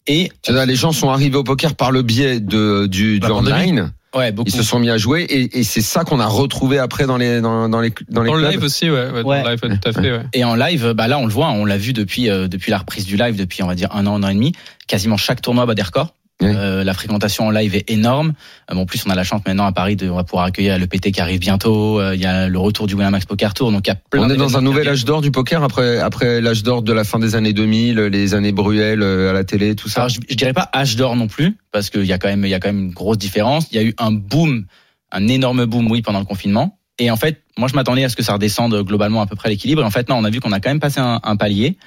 S4: Et
S1: C'est-à-dire, Les gens sont arrivés au poker par le biais de, du,
S2: La
S1: du
S2: pandémie.
S1: online.
S4: ouais, beaucoup.
S1: Ils se sont mis à jouer et, et c'est ça qu'on a retrouvé après dans les dans, dans les dans les
S3: Dans le
S1: clubs.
S3: live aussi, ouais. ouais,
S4: Ouais.
S3: Dans le live, tout à fait, ouais.
S4: Et en live, bah là, on le voit, on l'a vu depuis euh, depuis la reprise du live, depuis on va dire un an, un an et demi, quasiment chaque tournoi bat des records.
S1: Oui.
S4: Euh, la fréquentation en live est énorme. Euh, bon, en plus, on a la chance maintenant à Paris de on va pouvoir accueillir le PT qui arrive bientôt. Euh, Il y a le retour du Winamax Poker Tour, donc il y a plein.
S1: On est dans
S4: d'événements
S1: un nouvel
S4: qui arrivent.
S1: âge d'or du poker après après l'âge d'or de la fin des années 2000, les années Bruel euh, à la télé, tout ça.
S4: Alors, je, je dirais pas âge d'or non plus, parce qu'il y a quand même, il y a quand même une grosse différence. Il y a eu un boom, un énorme boom, oui, pendant le confinement. Et en fait, moi, je m'attendais à ce que ça redescende globalement à peu près à l'équilibre. Et en fait, non, on a vu qu'on a quand même passé un, un palier.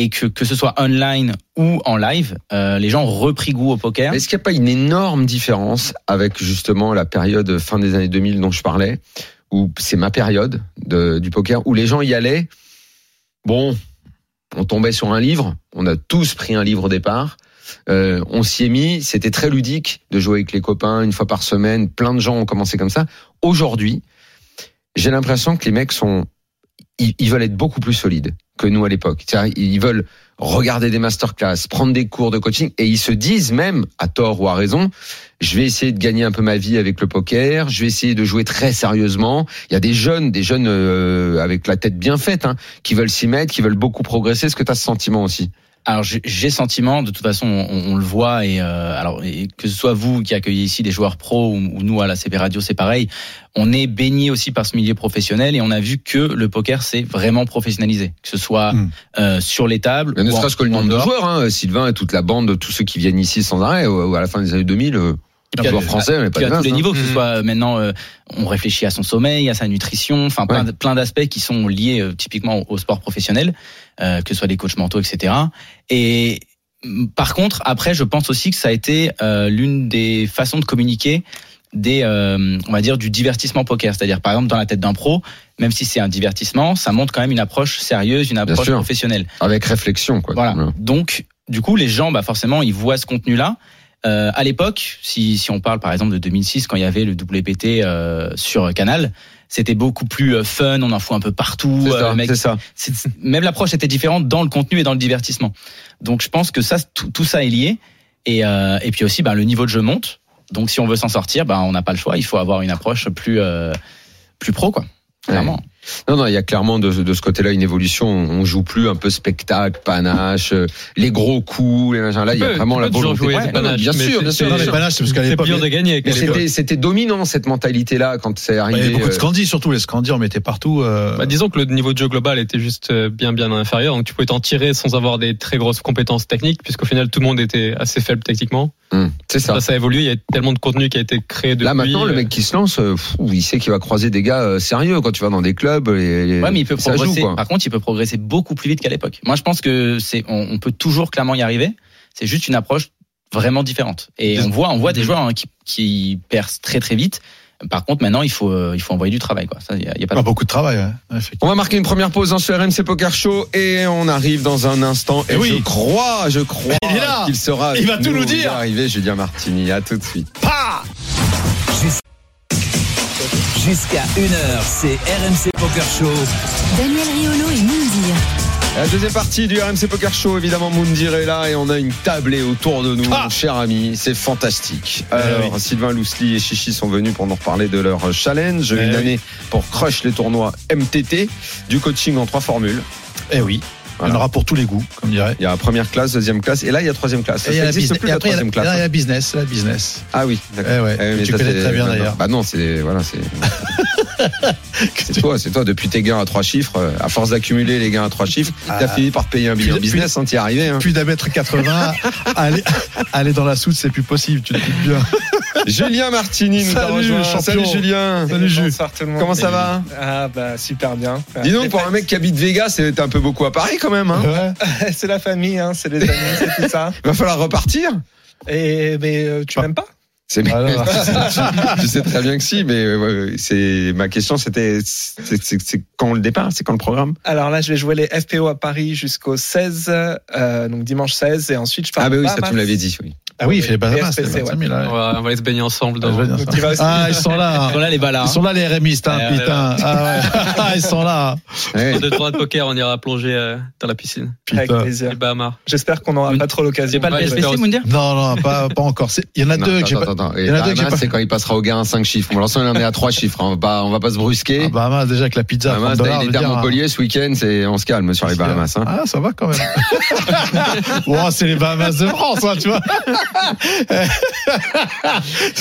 S4: Et que, que ce soit online ou en live, euh, les gens ont repris goût au poker.
S1: Est-ce qu'il n'y a pas une énorme différence avec justement la période fin des années 2000 dont je parlais, où c'est ma période de- du poker, où les gens y allaient, bon, on tombait sur un livre, on a tous pris un livre au départ, euh, on s'y est mis, c'était très ludique de jouer avec les copains une fois par semaine, plein de gens ont commencé comme ça. Aujourd'hui, j'ai l'impression que les mecs sont... Ils, ils veulent être beaucoup plus solides que nous à l'époque. C'est-à-dire, Ils veulent regarder des masterclass, prendre des cours de coaching, et ils se disent même, à tort ou à raison, je vais essayer de gagner un peu ma vie avec le poker, je vais essayer de jouer très sérieusement. Il y a des jeunes, des jeunes euh, avec la tête bien faite, hein, qui veulent s'y mettre, qui veulent beaucoup progresser. Est-ce que tu as ce sentiment aussi
S4: Alors j'ai- j'ai sentiment, de toute façon, on, on le voit et euh, alors et que ce soit vous qui accueillez ici des joueurs pro ou, ou nous à la CP Radio, c'est pareil. On est baigné aussi par ce milieu professionnel et on a vu que le poker s'est vraiment professionnalisé, que ce soit
S2: Mm.
S4: euh, sur les tables.
S1: Mais ne
S4: ou en-
S1: serait-ce que le
S4: ou en
S1: nombre de
S4: dehors.
S1: joueurs, hein, Sylvain et toute la bande, tous ceux qui viennent ici sans arrêt, ou à la fin des années 2000, euh,
S4: Et puis,
S1: les joueurs
S4: à-
S1: français, on n'est pas
S4: puis
S1: des
S4: à
S1: minces,
S4: tous les
S1: hein.
S4: niveaux, que ce
S3: Mhm.
S4: soit euh, maintenant, euh, on réfléchit à son sommeil, à sa nutrition, enfin plein,
S1: Ouais.
S4: de- plein d'aspects qui sont liés euh, typiquement au, au sport professionnel, euh, que ce soit les coachs mentaux, etc. Et mm, par contre, après, je pense aussi que ça a été euh, l'une des façons de communiquer des, euh, on va dire, du divertissement poker, c'est-à-dire par exemple dans la tête d'un pro, même si c'est un divertissement, ça montre quand même une approche sérieuse, une approche
S1: sûr.
S4: professionnelle.
S1: avec réflexion. Quoi,
S4: Voilà.
S1: Voilà.
S4: Donc, du coup, les gens, bah forcément, ils voient ce contenu-là. Euh, à l'époque, si, si on parle par exemple de 2006, quand il y avait le WPT euh, sur Canal, c'était beaucoup plus euh, fun, on en fout un peu partout.
S1: C'est
S4: euh,
S1: ça,
S4: le mec-
S1: c'est ça.
S4: c'est- Même l'approche était différente dans le contenu et dans le divertissement. Donc, je pense que ça, tout, tout ça est lié. Et, euh, et puis aussi, bah, le niveau de jeu monte. Donc, si on veut s'en sortir, bah, on n'a pas le choix. Il faut avoir une approche plus, euh, plus pro, quoi. Clairement.
S1: Non, non, il y a clairement de, de ce côté-là une évolution. On joue plus un peu spectacle, panache, euh, les gros coups, les machins. Là, il y a
S3: Ouais,
S1: vraiment
S3: tu
S1: la
S3: peux toujours
S1: volonté.
S3: jouer
S1: Ouais,
S3: des
S1: non, non,
S3: panaches,
S1: bien
S3: mais
S1: sûr,
S3: c'est-
S1: bien sûr.
S2: Non,
S1: bien
S2: mais
S1: sûr.
S2: pas là, c'est parce qu'à
S3: C'est
S2: l'époque.
S3: pire de gagner.
S1: Mais
S3: qu'à l'époque.
S1: c'était, c'était dominant cette mentalité-là quand c'est
S2: Il y
S1: arrivé.
S2: avait beaucoup de
S1: euh,
S2: scandis, surtout les scandis, on mettait partout. euh,
S3: Bah, disons que le niveau de jeu global était juste euh, bien bien inférieur, donc tu pouvais t'en tirer sans avoir des très grosses compétences techniques, puisqu'au final tout le monde était assez faible techniquement.
S1: hum, c'est ça.
S3: Ça, ça a évolué, il y a tellement de contenu qui a été créé depuis.
S1: Là maintenant, le
S3: euh,
S1: mec qui se lance, euh, pff, il sait qu'il va croiser des gars euh, sérieux quand tu vas dans des clubs. Et, et-
S4: Ouais, mais il peut
S1: ça joue,
S4: progresser.
S1: quoi.
S4: Par contre, il peut progresser beaucoup plus vite qu'à l'époque. Moi, je pense que c'est, on, on peut toujours clairement y arriver. C'est juste une approche vraiment différente. Et on voit, on voit des joueurs hein, qui, qui percent très très vite. Par contre, maintenant, il faut, euh, il faut envoyer du travail, quoi. Ça, il y a, il y a pas de
S1: Ah,
S2: pas beaucoup de travail, ouais. Ouais, effectivement.
S1: On va marquer une première pause dans ce RMC Poker Show et on arrive dans un instant. Et
S2: Eh oui.
S1: je crois, je crois
S2: Il est là.
S1: qu'il sera.
S2: Il va
S1: avec
S2: tout nous dire.
S1: Il va arriver, Julien Martini. À tout de suite.
S5: Jusqu'à 1h, c'est RMC Poker Show.
S6: Daniel Riolo et Moundir.
S1: La deuxième partie du RMC Poker Show, évidemment, Moundir est là et on a une tablée autour de nous,
S2: Ah
S1: mon cher ami. C'est fantastique.
S2: Eh
S1: Alors, Sylvain Lousli et Chichi sont venus pour nous reparler de leur challenge.
S2: Eh
S1: une
S2: oui.
S1: année pour crush les tournois MTT, du coaching en trois formules.
S2: Eh oui.
S1: Voilà.
S2: Il y en aura pour tous les goûts, comme dirait.
S1: Il y a première classe, deuxième classe et là, il y a troisième classe. Ça
S2: Et il y a la
S1: n'existe
S2: business.
S1: plus,
S2: et
S1: la
S2: après, il y a
S1: troisième
S2: la- là, il y
S1: classe. hein.
S2: a la business, la business.
S1: Ah oui, d'accord.
S2: Eh ouais,
S1: Eh oui,
S2: que
S1: mais
S2: tu
S1: ça,
S2: connais
S1: c'est-
S2: très bien
S1: non, non.
S2: d'ailleurs.
S1: Bah non, c'est voilà, c'est c'est toi, c'est toi. Depuis tes gains à trois chiffres, euh, à force d'accumuler les gains à trois chiffres, t'as
S2: Ah.
S1: fini par payer un billet
S2: Puis-
S1: en business. Hein, T'y es arrivé. Hein.
S2: Plus d'un mètre 80, aller, aller dans la soute, c'est plus possible, tu le dis bien.
S1: Julien Martini nous a
S2: Salut,
S1: rejoint.
S2: champion.
S1: Salut Julien.
S2: Salut, Jules.
S7: Bonsoir tout le monde.
S1: Comment ça
S2: hein
S1: va
S7: Ah bah super bien.
S1: Dis donc,
S7: Les
S1: pour un mec qui habite Vegas, c'est un peu beaucoup à Paris quand même. Hein.
S2: Ouais.
S7: fa- c'est la famille, hein, c'est les amis, c'est tout ça.
S1: Il va falloir repartir.
S7: Et mais euh, tu m'aimes pas
S1: C'est
S2: Alors.
S1: tu sais très bien que si, mais euh, c'est ma question, c'était c'est c'est- c'est quand le départ, c'est quand le programme
S7: Alors là, je vais jouer les FPO à Paris jusqu'au 16, euh, donc dimanche 16, et ensuite je pars.
S1: Ah bah
S7: aux
S1: oui, ça tu
S7: Bahamas.
S1: me l'avais dit. Oui.
S2: Ah oui, il fait les Bahamas,
S7: Et
S2: les
S7: SPC, ouais.
S2: 25 000,
S3: euh, on
S2: ouais.
S3: va, on va aller se baigner ensemble.
S2: Ah, je
S3: Dans...
S2: veux dire
S7: Donc,
S2: ça.
S7: tu vas aussi-
S2: Ah, ils sont là.
S4: Voilà les balles.
S2: Ils sont là, les RMistes, hein,
S4: Ouais, ouais,
S2: putain. Ah ouais. Ah, ils sont là.
S1: Ouais.
S3: Dans deux tournois de poker, on ira plonger euh, dans la piscine.
S7: Avec
S2: Putain.
S7: plaisir.
S3: Les Bahamas.
S7: J'espère qu'on n'aura
S3: Oui.
S7: pas trop l'occasion.
S3: J'ai pas le
S7: Ouais.
S3: PSPC,
S7: Ouais.
S3: Moundir
S2: Non, non, pas, pas encore. C'est- Il y en a
S1: Non,
S2: deux que j'ai
S1: attends,
S2: pas.
S1: attends, attends. Et
S2: Il y en a deux que j'ai
S1: Bahamas,
S2: pas-
S1: c'est quand il passera au gain à 5 chiffres. Pour l'instant, il en est à 3 chiffres. hein. On va pas- on va pas se brusquer.
S2: Ah, Bahamas, déjà, avec la pizza. à
S1: Bahamas,
S2: 30 dollars,
S1: les
S2: je veux dire, hein.
S1: thermopoliers ce week-end, c'est on se calme sur les Bahamas. Hein.
S2: Ah, ça va quand même. wow, c'est les Bahamas de France, hein, tu vois.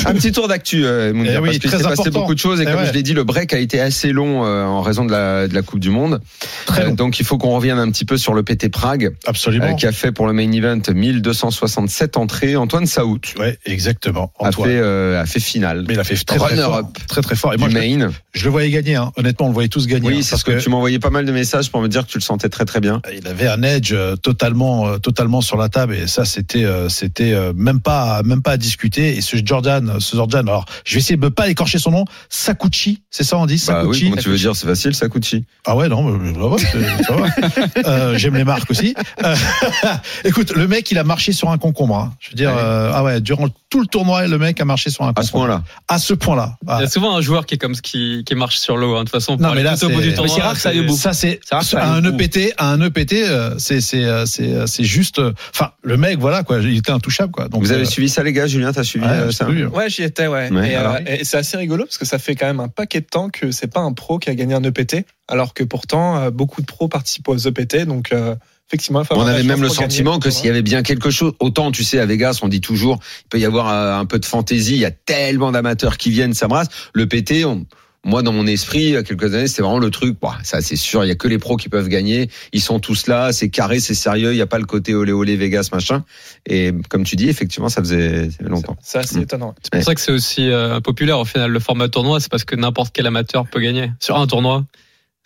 S1: Un petit tour d'actu, euh, Mounir,
S2: Eh oui,
S1: parce qu'il
S2: très
S1: s'est passé
S2: important.
S1: beaucoup de choses et
S2: Eh
S1: comme
S2: ouais.
S1: je l'ai dit, le break a été assez long euh, en raison de la, de la Coupe du Monde. Euh,
S2: Très long.
S1: donc il faut qu'on revienne un petit peu sur le PT Prague euh,
S2: Absolument.
S1: qui a fait pour le main event 1267 entrées. Antoine Saout
S2: Ouais, exactement.
S1: a
S2: Antoine.
S1: fait, euh, a fait finale.
S2: Mais il a fait très très
S1: Runner
S2: fort.
S1: up.
S2: Très très fort. Et
S1: Du
S2: moi, je, le-
S1: main.
S2: je le voyais gagner. hein. Honnêtement, on le voyait tous gagner. hein,
S1: Oui, c'est
S2: parce
S1: ce que, tu m'envoyais pas mal de messages pour me dire que tu le sentais très très bien.
S2: il avait un edge euh, totalement euh, totalement sur la table et ça c'était euh, c'était euh, même pas même pas à discuter et ce Jordan ce Jordan alors je vais essayer de pas écorcher son nom Sakuchi c'est ça on dit
S1: Bah oui,
S2: Sakuchi
S1: comment tu veux dire, c'est facile, Sakuchi.
S2: ah ouais non bah, bah ouais, c'est- ça va. Euh, j'aime les marques aussi Euh, écoute le mec il a marché sur un concombre hein. je veux dire
S1: Ouais.
S2: euh, ah ouais durant tout le tournoi le mec a marché sur un
S1: À ce
S2: concombre
S1: point-là.
S2: à ce point là
S3: Il y a souvent un joueur qui est comme ce qui, qui marche sur l'eau. hein. De toute façon,
S2: Ah. Non,
S3: pour
S2: mais
S3: aller
S2: là,
S3: tout au
S2: c'est-
S3: bout du
S2: mais
S3: tournoi,
S4: c'est rare que ça aille au bout.
S2: Ça, c'est
S4: Ça reste
S2: à
S4: pas
S2: un
S4: beaucoup.
S2: EPT, à un EPT, euh, c'est c'est euh, c'est euh, c'est juste. euh, Enfin, le mec, voilà quoi, il était intouchable quoi. Donc
S1: Vous avez
S2: euh,
S1: suivi ça, les gars Julien, t'as suivi
S2: ouais,
S1: euh, ça
S2: salut.
S7: Ouais, j'y étais, ouais.
S1: Ouais,
S7: et euh,
S1: alors
S7: et c'est assez rigolo parce que ça fait quand même un paquet de temps que E c'est pas un pro qui a gagné un EPT, alors que pourtant euh, beaucoup de pros participent aux EPT, E donc euh, effectivement, il faut
S1: On
S7: avoir
S1: avait
S7: de la
S1: même le
S7: chance pour gagner, hein.
S1: sentiment que
S7: tu vois.
S1: s'il y avait bien quelque chose, autant tu sais à Vegas on dit toujours il peut y avoir euh, un peu de fantaisie, il y a tellement d'amateurs qui viennent, ça brasse. Le PT, on- moi dans mon esprit, il y a quelques années c'était vraiment le truc, bah, ça c'est sûr, il y a que les pros qui peuvent gagner, ils sont tous là, c'est carré, c'est sérieux, il n'y a pas le côté olé olé Vegas machin. Et comme tu dis, effectivement ça faisait ça fait longtemps.
S7: Ça, c'est
S1: Mm.
S7: étonnant.
S3: C'est pour ça que c'est aussi euh, populaire au final le format tournoi, c'est parce que n'importe quel amateur peut gagner sur un tournoi.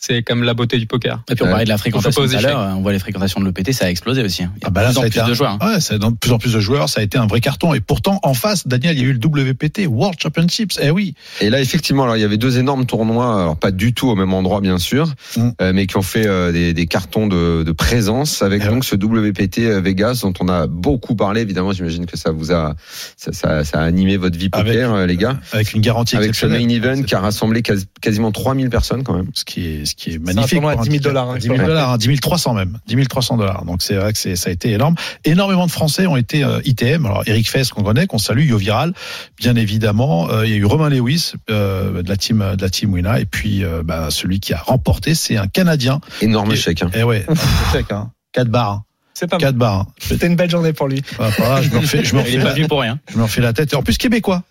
S3: C'est comme la beauté du poker.
S4: Et puis on
S1: Ouais.
S4: parlait de la fréquentation
S3: On fait
S4: tout
S3: pas aux
S4: à l'heure, on voit les fréquentations de l'EPT, ça a explosé aussi. hein. Il y a
S2: Ah bah là,
S4: de plus
S2: ça
S4: en
S2: a été
S4: plus de
S2: un-
S4: joueurs. hein.
S2: Ouais, ça a dans de plus en plus de joueurs, ça a été un vrai carton. Et pourtant, en face, Daniel, il y a eu le WPT, World Championships. Eh oui.
S1: Et là effectivement, alors il y avait deux énormes tournois, alors pas du tout au même endroit bien sûr,
S2: Mm.
S1: euh, mais qui ont fait euh, des, des cartons de, de présence avec
S2: Ah
S1: donc ce WPT euh, Vegas dont on a beaucoup parlé. Évidemment, j'imagine que ça vous a ça, ça- ça a animé votre vie
S2: Avec-
S1: poker, euh, les gars.
S2: Avec une garantie
S1: avec ce
S2: exceptionnelle.
S1: main event qui a rassemblé quasi- quasiment 3000 personnes quand même.
S2: Ce qui est, ce qui est
S7: un
S2: magnifique.
S7: tournoi à
S2: pour un
S7: 10 000
S2: ticket.
S7: dollars, hein,
S2: 10 000
S7: quand même.
S2: dollars, hein, 10 300 même. 10 300 dollars. Donc c'est vrai que c'est, ça a été énorme. Énormément de Français ont été euh, ITM. Alors Eric Fess qu'on connaît, qu'on salue, Yo Viral, bien évidemment. Euh, il y a eu Romain Lewis euh, de la team de la team Wina. Et puis euh, bah, celui qui a remporté, c'est un Canadien.
S1: Énorme
S2: Et-
S1: échec. hein.
S2: Eh ouais, un chèque, hein. 4 barres.
S7: C'est pas mal.
S2: 4 barres. hein.
S7: C'était une belle journée pour lui.
S2: Ah, voilà, je me refais, je me
S4: Il est
S2: refais,
S4: pas
S2: la,
S4: venu pour rien.
S2: je me refais la tête. En plus, québécois.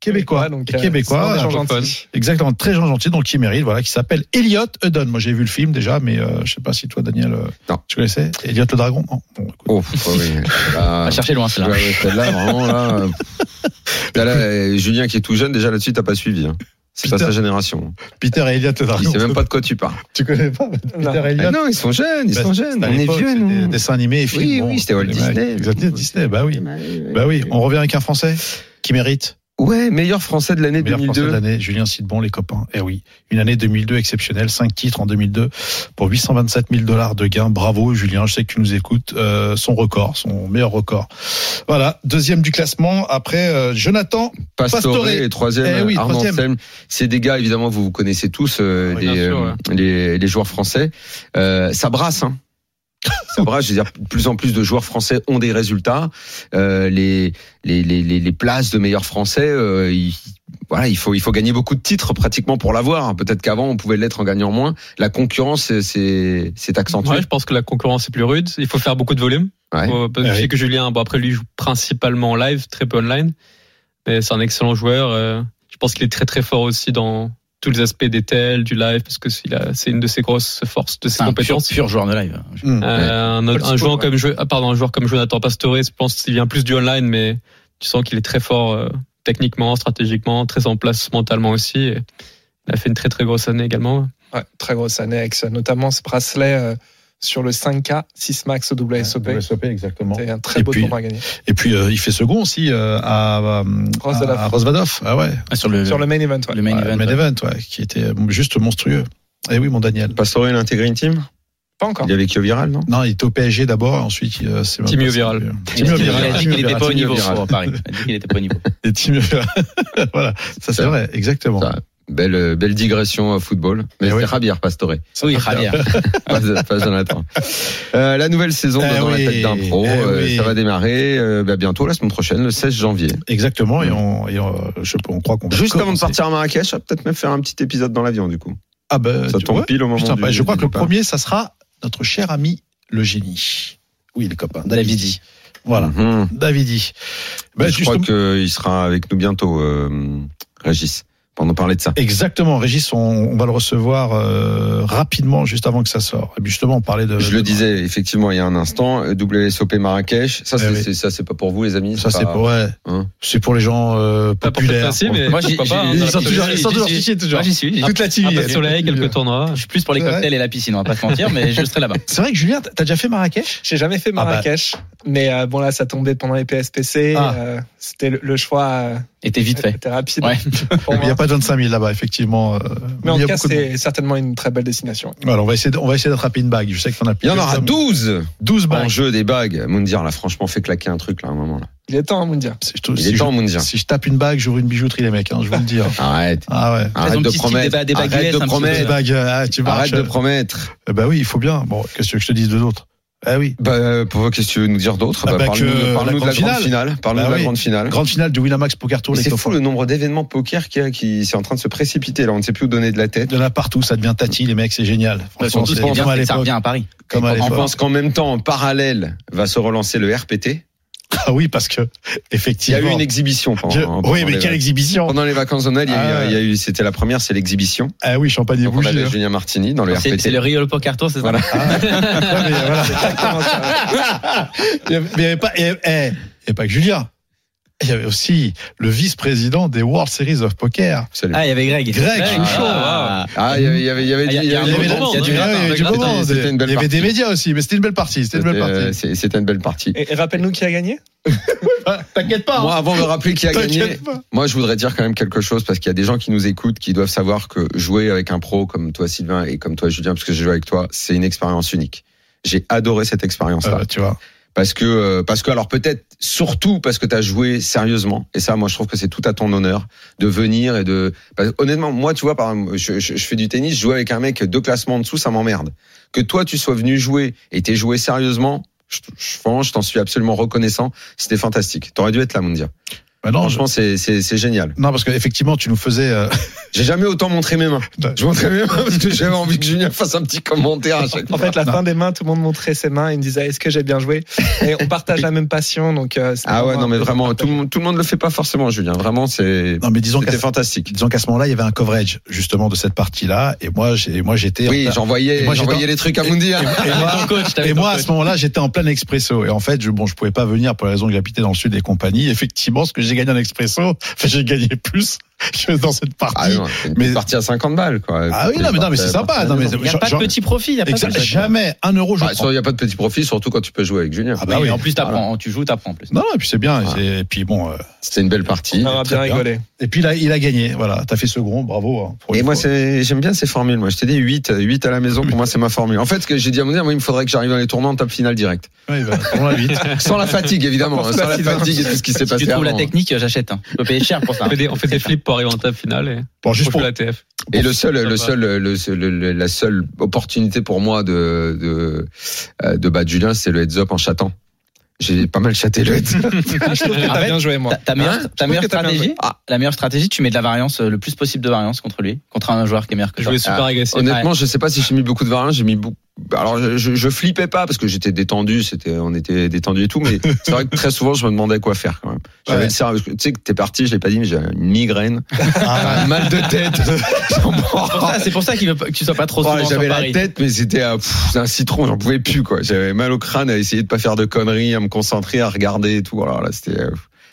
S2: Québécois,
S7: donc
S2: Et
S7: euh,
S2: québécois,
S7: c'est vraiment des gens
S3: anglophone.
S7: gentils.
S2: Exactement, très gens gentils, donc qui mérite, voilà, qui s'appelle Elliot Eudon. Moi, j'ai vu le film déjà, mais euh, je sais pas si toi, Daniel, euh,
S1: Non.
S2: tu connaissais Elliot le dragon Non. Bon, écoute.
S1: Oh, pff, ouais, ouais. Là,
S2: Ah,
S4: À chercher loin, celle-là.
S1: Ah. ouais, ouais, celle-là, vraiment, là, euh, là, là, euh, Julien qui est tout jeune, déjà là-dessus, t'as pas suivi. hein. C'est pas
S2: Putain.
S1: sa génération.
S2: Peter et Elliot le
S1: Il
S2: dragon.
S1: sait même pas de quoi tu parles.
S2: Tu connais pas
S7: Non.
S2: Peter et
S1: Ah
S2: Elliot
S1: non, ils sont jeunes, ils
S2: Bah,
S1: sont
S2: c'était
S1: jeunes.
S2: à
S1: On est
S2: l'époque,
S1: vieux,
S2: c'était
S1: nous.
S2: des dessins animés et films.
S1: Oui, oui, c'était Walt
S2: les mecs,
S1: Disney.
S2: Exactement, Disney, bah oui. Bah oui, on revient avec un Français qui mérite.
S1: Ouais, meilleur français de l'année
S2: Meilleur Français de
S1: 2002.
S2: l'année, Julien Sidbon, les copains. Eh oui, une année 2002 exceptionnelle, 5 titres en 2002 pour 827 000 dollars de gains. Bravo Julien, je sais que tu nous écoutes. Euh, son record, son meilleur record. Voilà, deuxième du classement après euh, Jonathan.
S1: Pastore
S2: Pastore.
S1: et troisième
S2: Eh oui,
S1: Arnaud
S2: troisième. Ah
S1: Anselme. C'est des gars évidemment vous vous connaissez tous euh,
S3: Oui,
S1: les,
S3: bien sûr,
S1: euh, les les joueurs français. Euh, ça brasse hein. Ça brasse, je veux dire, de plus en plus de joueurs français ont des résultats. Euh, les, les, les, les les places de meilleurs français, euh, il, voilà, il faut, il faut gagner beaucoup de titres pratiquement pour l'avoir. Peut-être qu'avant, on pouvait l'être en gagnant moins. La concurrence, c'est- c'est c'est accentué.
S3: Ouais, je pense que la concurrence est plus rude. Il faut faire beaucoup de volume.
S1: Ouais.
S3: Faut- parce que
S2: Ah
S3: je
S2: oui.
S3: sais que Julien, bon, après lui, joue principalement en live, très peu online. Mais c'est un excellent joueur. euh, Je pense qu'il est très très fort aussi dans tous les aspects des tels, du live, parce que c'est il a- c'est une de ses grosses forces, de ses
S4: C'est un pur,
S3: compétences.
S4: pur joueur de live.
S3: Euh, un, autre- un
S7: Old school,
S3: joueur
S7: ouais.
S3: comme Jo- ah, pardon, un joueur comme Jonathan Pastore, je pense qu'il vient plus du online, mais tu sens qu'il est très fort euh, techniquement, stratégiquement, très en place mentalement aussi. Et il a fait une très très grosse année également.
S7: Ouais, très grosse année avec ça, notamment ce bracelet euh, sur le 5K 6 Max au WSOP.
S2: WSOP, exactement.
S7: C'était un très
S2: Et
S7: beau
S2: puis-
S7: tournoi à gagner.
S2: Et puis euh, il fait second aussi euh, à, euh,
S7: Rosvadov.
S2: à Rosvadov. Ah ouais,
S4: Ah, Sur le,
S7: Sur le main event, ouais.
S4: le main
S2: Ouais,
S4: event.
S2: main event, ouais, qui était juste monstrueux. Eh oui, mon Daniel.
S1: Pastore, il a intégré une team.
S7: Pas encore.
S1: Il y avait Kio Viral, non
S2: Non, il était au PSG d'abord, ensuite euh, c'est même
S3: Timio
S2: pas-
S3: Viral.
S2: Timio
S4: Il a
S2: Viral.
S4: dit qu'il
S2: Timio
S4: n'était pas au
S1: Timio
S4: niveau
S1: Viral.
S4: sur Paris. Il a dit qu'il n'était pas au niveau.
S2: Et Timio Viral. voilà, ça c'est
S1: Ça.
S2: vrai, exactement.
S1: Ça. Belle, euh, belle digression euh, football. Mais
S2: Eh
S1: c'est
S2: oui.
S1: Rabir Pastore.
S4: Oui, Javier.
S1: Pas- pas Jonathan. Euh, la nouvelle saison de
S2: Eh
S1: dans
S2: oui,
S1: la tête d'un pro,
S2: eh
S1: euh,
S2: oui.
S1: ça va démarrer euh, bah, bientôt la semaine prochaine, le 16 janvier.
S2: Exactement, et on, et on, je, on crois qu'on va
S1: Mm. Juste avant de
S2: commencer.
S1: partir à Marrakech, on va peut-être même faire un petit épisode dans l'avion du coup.
S2: Ah ben,
S1: ça
S2: tu
S1: tombe
S2: vois,
S1: pile au moment
S2: putain,
S1: du-
S2: bah, je crois
S1: du
S2: que le
S1: départ.
S2: premier, ça sera notre cher ami le génie. Oui, le copain.
S4: De la Vidi.
S2: Voilà,
S1: Mhm.
S2: Davidi. Ben,
S1: je crois
S2: justement-
S1: qu'il sera avec nous bientôt, euh, Régis, pour nous parler de ça.
S2: Exactement, Régis, on, on va le recevoir euh, rapidement, juste avant que ça sort. Et puis justement, on parlait de...
S1: Je
S2: de-
S1: le disais effectivement il y a un instant, euh, WSOP Marrakech, ça c'est
S2: Eh oui.
S1: c'est- ça, c'est pas pour vous les amis.
S2: Ça, c'est
S1: pas-
S2: pour, ouais.
S1: Hein.
S2: c'est pour les gens euh,
S3: Pas pour cette
S2: populaires.
S3: fois-ci, mais
S4: Moi, j'y-
S3: pourquoi pas,
S4: j'y-
S3: hein,
S4: j'y-
S3: dans
S2: Ils
S3: la
S2: sont
S4: j'y-
S2: toujours,
S3: prochaine
S2: ils sont
S3: année.
S2: toujours fichés, toujours.
S4: Moi, j'y suis.
S3: Toute
S2: la
S3: Un peu de soleil, quelques tournois.
S4: Je suis plus pour les
S2: Ouais.
S4: cocktails et la piscine, on va pas se mentir, mais je serai là-bas.
S2: C'est vrai que Julien, t'as déjà fait Marrakech
S7: J'ai jamais fait
S2: bah.
S7: Marrakech, mais euh, bon là ça tombait pendant les PSPC.
S2: Ah.
S7: euh, C'était le, le choix, euh,
S4: Et t'es vite fait.
S7: était rapide.
S4: Ouais.
S7: pour
S2: Il n'y
S7: moi.
S2: a pas de 25 000 là-bas, effectivement. euh,
S7: Mais en
S2: il y a
S7: tout cas
S2: beaucoup de monde.
S7: c'est certainement une très belle destination.
S2: Voilà, on va essayer, de- on va essayer d'attraper une bague. Je sais que t'en as
S1: Il y en
S2: plusieurs,
S1: aura
S2: comme-
S1: 12
S2: 12
S1: en
S2: bagues.
S1: jeu des bagues. Moundir là, franchement, fait claquer un truc là, à un moment là.
S7: Il est temps, hein, Moundir.
S2: Si je te-
S1: Il
S2: si
S1: est
S2: je-
S1: temps, Moundir.
S2: Si je tape une bague, j'ouvre une bijouterie, les mecs. hein, je vous le dis. hein.
S1: Arrête.
S2: Ah ouais.
S1: Arrête
S4: ont
S1: de
S4: petit style des
S1: promettre.
S4: ba- des bagues
S1: Arrête de
S4: US un petit peu.
S2: Les
S1: promettre.
S2: bagues, ah, tu
S1: Arrête
S2: marches.
S1: de promettre.
S2: Eh ben oui, il faut bien. Bon, qu'est-ce que tu veux que je te dise de d'autres Ah oui.
S1: Bah, euh, pour- qu'est-ce que tu veux nous dire d'autre
S2: Ah bah
S1: Parle-nous
S2: que
S1: parle-nous
S2: la
S1: de la
S2: grande
S1: grande finale. Parle-nous
S2: Bah
S1: de la
S2: oui.
S1: grande finale.
S2: Grande finale du Winamax Poker Tour,
S1: Mais
S2: les
S1: C'est
S2: copains.
S1: fou le nombre d'événements poker qui, qui c'est en train de se précipiter là. On ne sait plus où donner de la tête.
S2: Il y en a partout, ça devient tati, les mecs, c'est génial.
S4: Bah,
S2: Franchement,
S4: surtout, ce
S2: c'est
S4: qui est bien,
S2: comme à
S4: c'est que ça
S2: l'époque.
S4: revient à Paris.
S2: Comme à
S1: On
S2: l'époque.
S1: pense qu'en même temps, en parallèle, va se relancer le RPT.
S2: Ah oui, parce que,
S1: Il y a
S2: effectivement.
S1: eu une Oh, exhibition pendant,
S2: Je-
S1: pendant
S2: Oui, mais
S1: les-
S2: quelle exhibition
S1: pendant les vacances de Noël. il y a eu-
S2: Ah.
S1: il y a eu, c'était la première, c'est l'exhibition.
S2: Ah oui, champagne et
S1: Donc on
S2: bougies.
S1: avait
S2: hein.
S1: Julien Martini dans le
S4: C'est
S1: RPT.
S4: c'est le Rio Poker Tour, c'est ça
S1: Voilà.
S2: Ouais, mais voilà. Il y avait- mais il n'y avait pas, eh, eh, il y avait pas que Julien. Il y avait aussi le vice-président des World Series of Poker.
S1: Salut.
S4: Ah, il y avait Greg.
S2: Greg
S3: Greg,
S2: Chouchon.
S4: Ah,
S1: Ah, il y avait, il y avait, il y avait,
S3: Ah, il y a-
S1: du-
S3: il y a
S2: Il y avait
S3: du
S2: la-
S3: monde,
S2: il y a du-
S3: hein.
S2: il y avait du
S3: Attends,
S2: monde,
S1: c'était une belle
S2: Il y avait des
S1: partie.
S2: médias aussi, mais c'était une belle partie. C'était une belle
S1: C'était euh,
S2: partie.
S1: c'est- c'était une belle partie.
S7: Et, et rappelle-nous qui a gagné
S2: T'inquiète pas.
S1: euh, Moi, avant de rappeler qui a gagné,
S2: Ah. T'inquiète pas.
S1: moi, je voudrais dire quand même quelque chose parce qu'il y a des gens qui nous écoutent qui doivent savoir que jouer avec un pro comme toi, Sylvain, et comme toi, Julien, parce que j'ai joué avec toi, c'est une expérience unique. J'ai adoré cette expérience-là.
S2: Ah, bah, tu vois.
S1: Parce que, euh, parce que, alors peut-être surtout parce que tu as joué sérieusement. Et ça, moi, je trouve que c'est tout à ton honneur de venir et de. parce que, honnêtement, moi, tu vois, par exemple, je, je- je fais du tennis, je joue avec un mec deux classements en dessous, ça m'emmerde. Que toi, tu sois venu jouer et t'aies joué sérieusement, je, je, franchement, je t'en suis absolument reconnaissant. C'était fantastique. T'aurais dû être là, Mundia.
S2: Bah non, je-
S1: Franchement, c'est- c'est c'est génial.
S2: non, parce qu'effectivement, tu nous faisais. euh,
S1: J'ai jamais autant montré mes mains. Je montrais mes mains parce que j'avais envie que Julien fasse un petit commentaire à chaque
S7: En
S1: fois.
S7: fait, la fin des mains, tout le monde montrait ses mains et me disait est-ce que j'ai bien joué Et on partage la même passion, donc. euh, c'était
S1: Ah ouais, non, mais
S7: un-
S1: vraiment, tout le monde, tout le monde le fait pas forcément, Julien. Vraiment, c'est.
S2: Non, mais disons qu'à
S1: C'était fantastique.
S2: disons qu'à ce moment-là, il y avait un coverage justement de cette partie-là, et moi, j'ai, moi, j'étais. en
S1: Oui,
S2: plein-
S1: j'envoyais,
S2: Et moi, j'étais
S1: j'envoyais
S2: en-
S1: les trucs à Mundi. hein.
S2: et moi,
S3: Ton coach, t'avais
S2: et
S3: ton
S2: moi, à
S3: coach.
S2: ce moment-là, j'étais en plein expresso. Et en fait, je, bon, je pouvais pas venir pour les raisons que j'habitais dans le sud et compagnie. Effectivement, ce que j'ai gagné en expresso, enfin, j'ai gagné plus que dans cette partie.
S1: Ah, non, c'est une
S2: Mais-
S1: mais... partie à 50 balles, quoi.
S2: Ah oui, non, mais, non, mais c'est sympa. Non, mais,
S4: Il n'y a pas de petit profit, il n'y a pas de
S2: Exact-
S4: petit profit.
S2: jamais un euro, je
S1: Il
S2: prends.
S1: n'y Bah, a pas de petit profit, surtout quand tu peux jouer avec Julien.
S2: Ah
S4: Oui,
S2: bah oui.
S4: mais En plus, t'apprends.
S1: Voilà.
S4: hein, Tu joues, t'apprends en plus.
S2: Non, et puis c'est bien.
S1: Voilà.
S2: Et puis bon. euh,
S1: C'était une belle partie.
S7: On aura
S2: Très
S7: bien
S2: bien.
S7: rigolé.
S2: Et puis là, il a gagné. Voilà, t'as fait second, bravo. hein, pour
S1: Et
S2: une
S1: moi,
S2: fois.
S1: c'est- j'aime bien ces formules. Moi, je t'ai dit 8, 8 à la maison, pour moi, c'est ma formule. En fait, ce que j'ai dit à Mundi, moi, il me faudrait que j'arrive dans les tournois en top finale direct.
S2: Ouais, bah, on l'a vite.
S1: Sans la fatigue, évidemment. hein, sans la fatigue et tout ce qui s'est
S4: Si tu
S1: passé
S4: trouves
S1: avant.
S4: la technique, j'achète. hein. Je peux payer cher pour ça.
S3: On fait des, on fait des flips pour arriver en table finale et
S1: Ah,
S2: Bon, juste
S3: juste
S2: pour
S3: la TF.
S1: Et le seul, le seul, le seul- le- le- la seule opportunité pour moi de de, euh, de battre Julien, c'est le heads up en chatant. J'ai pas mal chaté le heads. up.
S7: Je trouve que
S4: En
S7: t'as
S4: fait,
S7: bien joué, moi.
S4: Ta, ta meilleure,
S1: Hein
S4: ta meilleure
S7: que t'as bien
S4: stratégie,
S1: Ah.
S4: la meilleure stratégie, tu mets de la variance euh, le plus possible de variance contre lui, contre un joueur qui est meilleur que toi.
S3: Jouer super agressif.
S1: Ah, Honnêtement, je sais pas si j'ai mis beaucoup de variance. J'ai mis beaucoup. Alors, je, je, je flippais pas parce que j'étais détendu. C'était, on était détendu et tout. Mais c'est vrai que très souvent, je me demandais quoi faire quand même. J'avais
S2: Ouais.
S1: le cerveau. Tu sais que t'es parti, je l'ai pas dit, mais j'avais une migraine, un mal de tête. J'en
S4: C'est pour ça- C'est pour ça qu'il veut pas- que tu sois pas trop souvent
S1: Ouais,
S4: sur
S1: j'avais la
S4: Paris.
S1: tête, mais c'était à- pff, c'est un citron, j'en pouvais plus quoi. J'avais mal au crâne à essayer de pas faire de conneries, à me concentrer, à regarder et tout. Alors là, c'était. euh,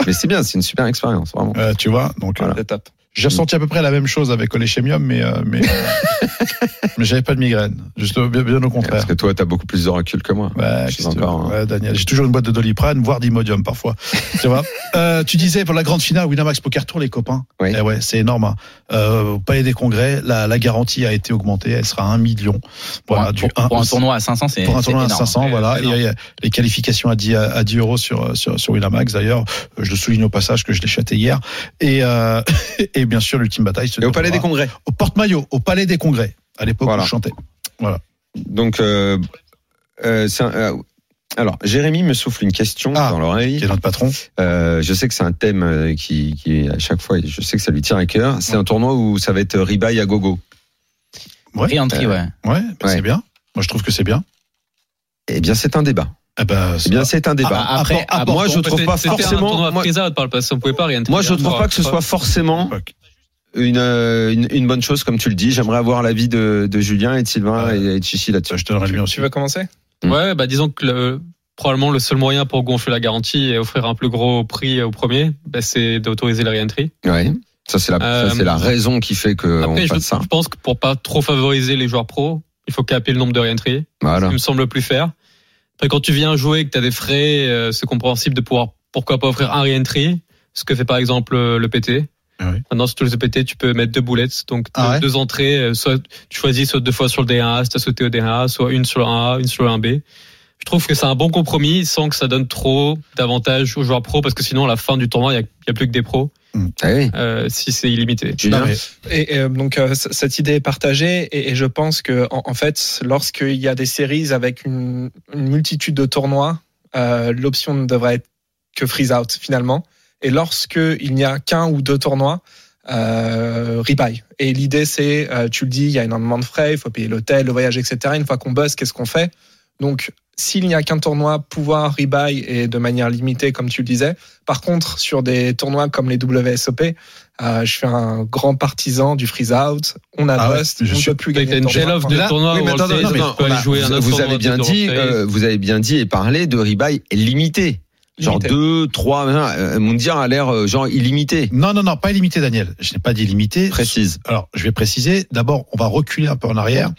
S1: Mais c'est bien, c'est une super expérience, vraiment.
S2: Euh, tu vois, donc euh,
S1: Voilà.
S7: C'est top.
S2: j'ai ressenti à peu près la même chose avec Oléchémium, mais euh, mais euh, mais j'avais pas de migraine, juste au- bien, bien au
S1: Parce
S2: contraire.
S1: que toi, t'as beaucoup plus de recul que moi.
S2: Ouais,
S1: Je sais
S2: qu'est-ce que tu veux.
S1: encore, hein.
S2: Ouais, Daniel, j'ai toujours une boîte de Doliprane, voire d'Imodium parfois. Tu vois. Euh, tu disais pour la grande finale Winamax Poker Tour, les copains.
S1: Oui.
S2: Eh ouais, c'est énorme. hein. Euh, au Palais des Congrès, la, la garantie a été augmentée, elle sera à 1 million.
S4: Pour,
S2: Voilà,
S4: un,
S2: du
S4: pour-
S2: un-
S4: pour un tournoi à 500, c'est
S2: pour un
S4: c'est
S2: tournoi à
S4: énorme.
S2: 500, voilà. Et, euh, les qualifications à 10, à 10 euros sur, sur, sur Winamax, d'ailleurs. euh, Je le souligne au passage que je l'ai chaté hier. Et, euh, et bien sûr, l'ultime bataille se
S1: Et au Palais des
S2: déroulera
S1: Congrès.
S2: Au porte-maillot, au Palais des Congrès. À l'époque
S1: Voilà.
S2: où je chantais.
S1: Donc, euh, euh, c'est un- euh, alors, Jérémy me souffle une question
S2: Ah.
S1: dans
S2: Qui
S1: l'oreille.
S2: est notre patron.
S1: Euh, je sais que c'est un thème euh, qui, qui, à chaque fois, je sais que ça lui tient à cœur. C'est un tournoi où ça va être euh, ribaille à gogo.
S2: Ouais.
S4: Re-entry, ouais.
S2: Ouais, bah,
S1: Ouais.
S2: c'est bien. Moi, je trouve que c'est bien.
S1: Eh bien, c'est un débat.
S2: Eh ben,
S1: Eh
S2: c'est
S1: bien, c'est un débat.
S4: Ah, après,
S2: Apport-
S4: à
S2: apport-
S1: moi, je
S3: C'était-
S1: trouve pas
S3: c'était un
S1: forcément.
S3: tournoi
S1: Moi,
S3: freeze out par le passé, on pouvait pas rien.
S1: moi, je trouve pas que ce soit forcément une, euh, une, une bonne chose, comme tu le dis. J'aimerais avoir l'avis de, de Julien et de Sylvain et de Chichi là-dessus.
S2: Je te donnerai le mien aussi.
S7: Tu veux commencer
S1: Mm.
S3: Ouais, bah disons que le- probablement le seul moyen pour gonfler la garantie et offrir un plus gros prix au premier, bah, c'est d'autoriser la re-entry.
S1: Ouais. Ça, c'est la, ça,
S3: Euh,
S1: c'est la raison qui fait que Euh, on
S3: Après, je,
S1: fasse ça.
S3: je pense que pour pas trop favoriser les joueurs pros, il faut caper le nombre de re-entry.
S1: Voilà.
S3: Il me semble le plus faire. Après, quand tu viens jouer et que tu as des frais, euh, c'est compréhensible de pouvoir, pourquoi pas offrir un re-entry, ce que fait par exemple euh, le PT.
S2: Ah oui.
S3: Maintenant, sur tous les PT, tu peux mettre deux boulettes, donc
S2: Ah
S3: deux,
S2: ouais
S3: deux entrées, euh, soit tu choisis soit deux fois sur le D1A, si t'as sauté au D1A, soit une sur le 1A, une sur le 1B. Je trouve que c'est un bon compromis sans que ça donne trop d'avantages aux joueurs pros parce que sinon, à la fin du tournoi, il n'y a, il y a plus que des pros.
S1: Ah oui.
S3: euh, si c'est illimité.
S1: Julien,
S2: Non, mais-
S7: Et, euh, donc euh, c- cette idée est partagée et, et je pense que en, en fait, lorsqu'il y a des séries avec une, une multitude de tournois, euh, l'option ne devrait être que freeze out finalement. Et lorsque il n'y a qu'un ou deux tournois, euh, rebuy. Et l'idée c'est, euh, tu le dis, il y a énormément de frais, il faut payer l'hôtel, le voyage, etc. Une fois qu'on buzz, qu'est-ce qu'on fait Donc s'il n'y a qu'un tournoi, pouvoir rebuy et de manière limitée, comme tu le disais. Par contre, sur des tournois comme les WSOP, euh, je suis un grand partisan du freeze out. On a
S2: Ah ouais,
S7: bust,
S2: je
S7: on ne
S2: suis-
S7: peut plus
S3: Avec
S7: gagner.
S3: une
S7: de tournoi.
S3: gel-off de
S2: Là-
S3: tournoi
S2: oui, mais
S3: World
S2: attends,
S3: Series,
S2: non, mais
S3: tu
S2: on
S3: peux
S2: a-
S3: aller jouer à un
S1: vous,
S3: autre
S1: vous
S3: tournoi
S1: avez bien
S3: de
S1: dit,
S3: World Series.
S1: euh, vous avez bien dit et parlé de rebuy limité, genre
S7: Limité.
S1: 2, 3, euh, Mundir a l'air euh, genre illimité.
S2: Non, non, non, pas illimité, Daniel. Je n'ai pas dit illimité.
S1: Précise.
S2: Alors, je vais préciser. D'abord, on va reculer un peu en arrière.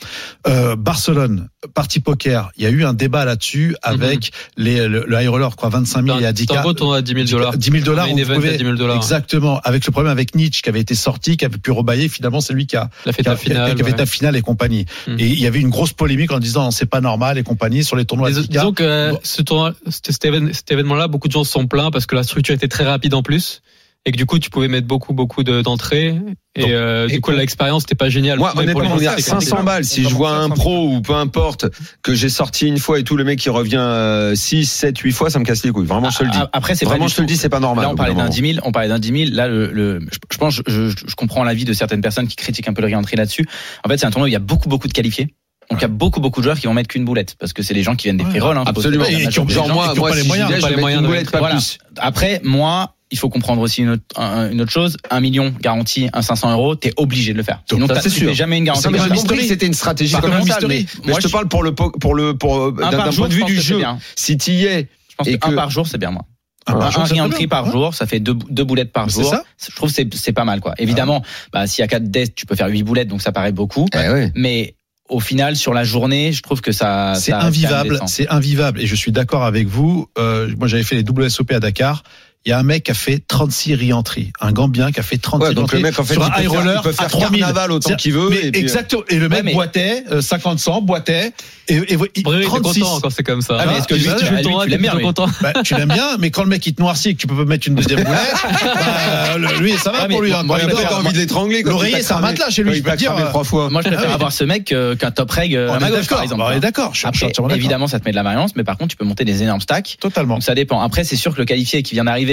S2: Euh, Barcelone, parti poker, il y a eu un débat là-dessus avec les, le, le high roller, quoi, 25 000 et à 10
S3: C'est un gros tournoi à 10 000 dollars.
S2: 10 000 dollars,
S3: Main
S2: vous
S3: event
S2: pouvez-
S3: à 10 000 dollars.
S2: Exactement. Avec le problème avec Nietzsche qui avait été sorti, qui avait pu rebailler, finalement, c'est lui qui a,
S3: La fête
S2: qui a-
S3: à finale.
S2: qui avait
S3: ouais.
S2: ta finale et compagnie.
S3: Mm.
S2: Et il y avait une grosse polémique en disant c'est pas normal et compagnie sur les tournois.
S3: Dis-
S2: à 10 000.
S3: Disons que euh,
S2: Bon.
S3: ce tournoi, cet, cet évén- cet événement-là, beaucoup de gens se sont plaints parce que la structure était très rapide en plus. Et que du coup, tu pouvais mettre beaucoup, beaucoup de- d'entrées. et
S1: Donc,
S3: euh,
S7: et
S3: du coup, l'expérience n'était pas géniale.
S1: Moi,
S3: Mais pour
S1: honnêtement, on
S3: les gens,
S1: est à
S3: c'était compliqué.
S1: 500 balles. Si je vois un pro ou peu importe que j'ai sorti une fois et tout, le mec qui revient euh, 6, 7, 8 fois, ça me casse les couilles. Vraiment, je te le dis.
S4: Ah, Après, c'est pas
S1: Vraiment,
S4: du
S1: je te le
S4: tout-
S1: dis, c'est pas normal.
S4: Là,
S1: au
S4: on
S1: bout
S4: parlait
S1: d'un
S4: d'un
S1: moment.
S4: 10 000. On parlait d'un 10 000. Là, le, le- je, je pense, je, je- je comprends l'avis de certaines personnes qui critiquent un peu le réentrée là-dessus. En fait, c'est un tournoi où il y a beaucoup, beaucoup de qualifiés. Donc, il y a beaucoup, beaucoup de joueurs qui vont mettre qu'une boulette parce que c'est les gens qui viennent des
S2: Ouais,
S4: pré-rolls. hein, faut
S1: Absolument.
S4: se dire, la
S2: Et qui ont-
S4: majorité des
S1: Genre,
S4: gens.
S1: moi,
S2: qui ont
S1: moi,
S2: pas les
S1: si
S2: moyens,
S1: j'y vais,
S3: pas les
S1: je vais mettre
S3: moyens
S1: une
S3: de
S1: boulette, pas
S4: Voilà.
S1: plus.
S4: Après, moi, il faut comprendre aussi une autre, un- une autre chose. Un million garanti, un 500 euros, t'es obligé de le faire.
S1: Donc,
S4: Sinon,
S1: ça,
S4: t'as-
S1: c'est
S4: tu
S1: sûr.
S4: fais jamais une garantie.
S1: Ça, mais j'ai
S4: gratuite.
S1: compris que c'était une stratégie
S4: Par
S1: commerciale,
S4: contre,
S1: mais, mais
S4: moi,
S1: je te
S4: je-
S1: parle pour le, po- pour le, pour,
S4: Un
S1: d'un
S4: par
S1: d'un
S4: jour,
S1: point de vue
S4: je pense
S1: du
S4: que c'est
S1: jeu.
S4: bien.
S1: Si t'y es,
S4: Je pense
S1: Et
S4: qu'un
S1: que-
S4: par jour, c'est bien, moi.
S2: Ah, bah,
S4: un,
S2: je trouve
S4: un
S2: ça très
S4: réentrée
S2: bien.
S4: par
S2: Ouais.
S4: jour, ça fait deux, deux boulettes par
S2: Mais c'est
S4: jour.
S2: ça. Ah
S4: Je trouve que c'est- c'est pas mal, quoi. Évidemment, bah, s'il y a quatre deaths, tu peux faire huit boulettes, donc ça paraît beaucoup.
S1: eh ouais.
S4: Mais au final, sur la journée, je trouve que ça.
S2: C'est
S4: ça- ça
S2: invivable,
S4: descend.
S2: c'est invivable. Et je suis d'accord avec vous. Euh, moi, j'avais fait les WSOP à Dakar. Il y a un mec qui a fait 36 re-entries. Un Gambien qui a fait 36
S1: Ouais, donc le
S2: re-entries
S1: mec, en fait,
S2: sur
S1: il
S2: un
S1: peut
S2: high
S1: faire-
S2: roller
S1: il peut faire
S2: à 3000.
S1: carnaval autant
S2: C'est-
S1: qu'il veut.
S2: Mais
S1: et puis, euh,
S2: exactement. Et le mec
S4: Ouais, mais-
S2: boitait, euh, 50 cents, boitait. Et, et, et
S3: Bré, t'es
S2: 36.
S3: content quand c'est comme ça.
S2: Ah, mais est-ce que
S3: tu
S2: lui,
S3: joues
S2: tu-
S3: le
S4: lui,
S3: tournoi, t'es
S4: tu l'aimes bien,
S3: plutôt
S4: lui.
S3: content.
S2: Bah, tu l'aimes bien, mais quand le mec il te noircit et que tu peux pas mettre une deuxième boulette, bah, le- lui ça va
S4: Ouais, mais
S2: pour lui.
S4: moi,
S2: hein.
S1: Moi,
S2: Quand il
S1: j'ai
S2: dort,
S1: pas envie de l'étrangler. quand il
S2: L'oreiller,
S1: t'a
S2: c'est un
S1: cramé-
S2: matelas chez lui,
S1: quand
S2: je
S1: Il
S2: peux
S1: t'a
S2: te dire,
S1: cramé
S2: euh,
S1: trois fois.
S4: Moi, je
S2: Ah
S4: préfère
S2: oui.
S4: avoir ce mec que- qu'un top reg euh,
S2: on
S4: à
S2: est
S4: ma gauche, par
S2: d'accord.
S4: exemple.
S2: Bah, On est d'accord. je suis
S4: Après,
S2: entièrement d'accord.
S4: évidemment, ça te met de la variance, mais par contre, tu peux monter des énormes stacks.
S2: Totalement.
S4: Donc ça dépend. Après, c'est sûr que le qualifié qui vient d'arriver,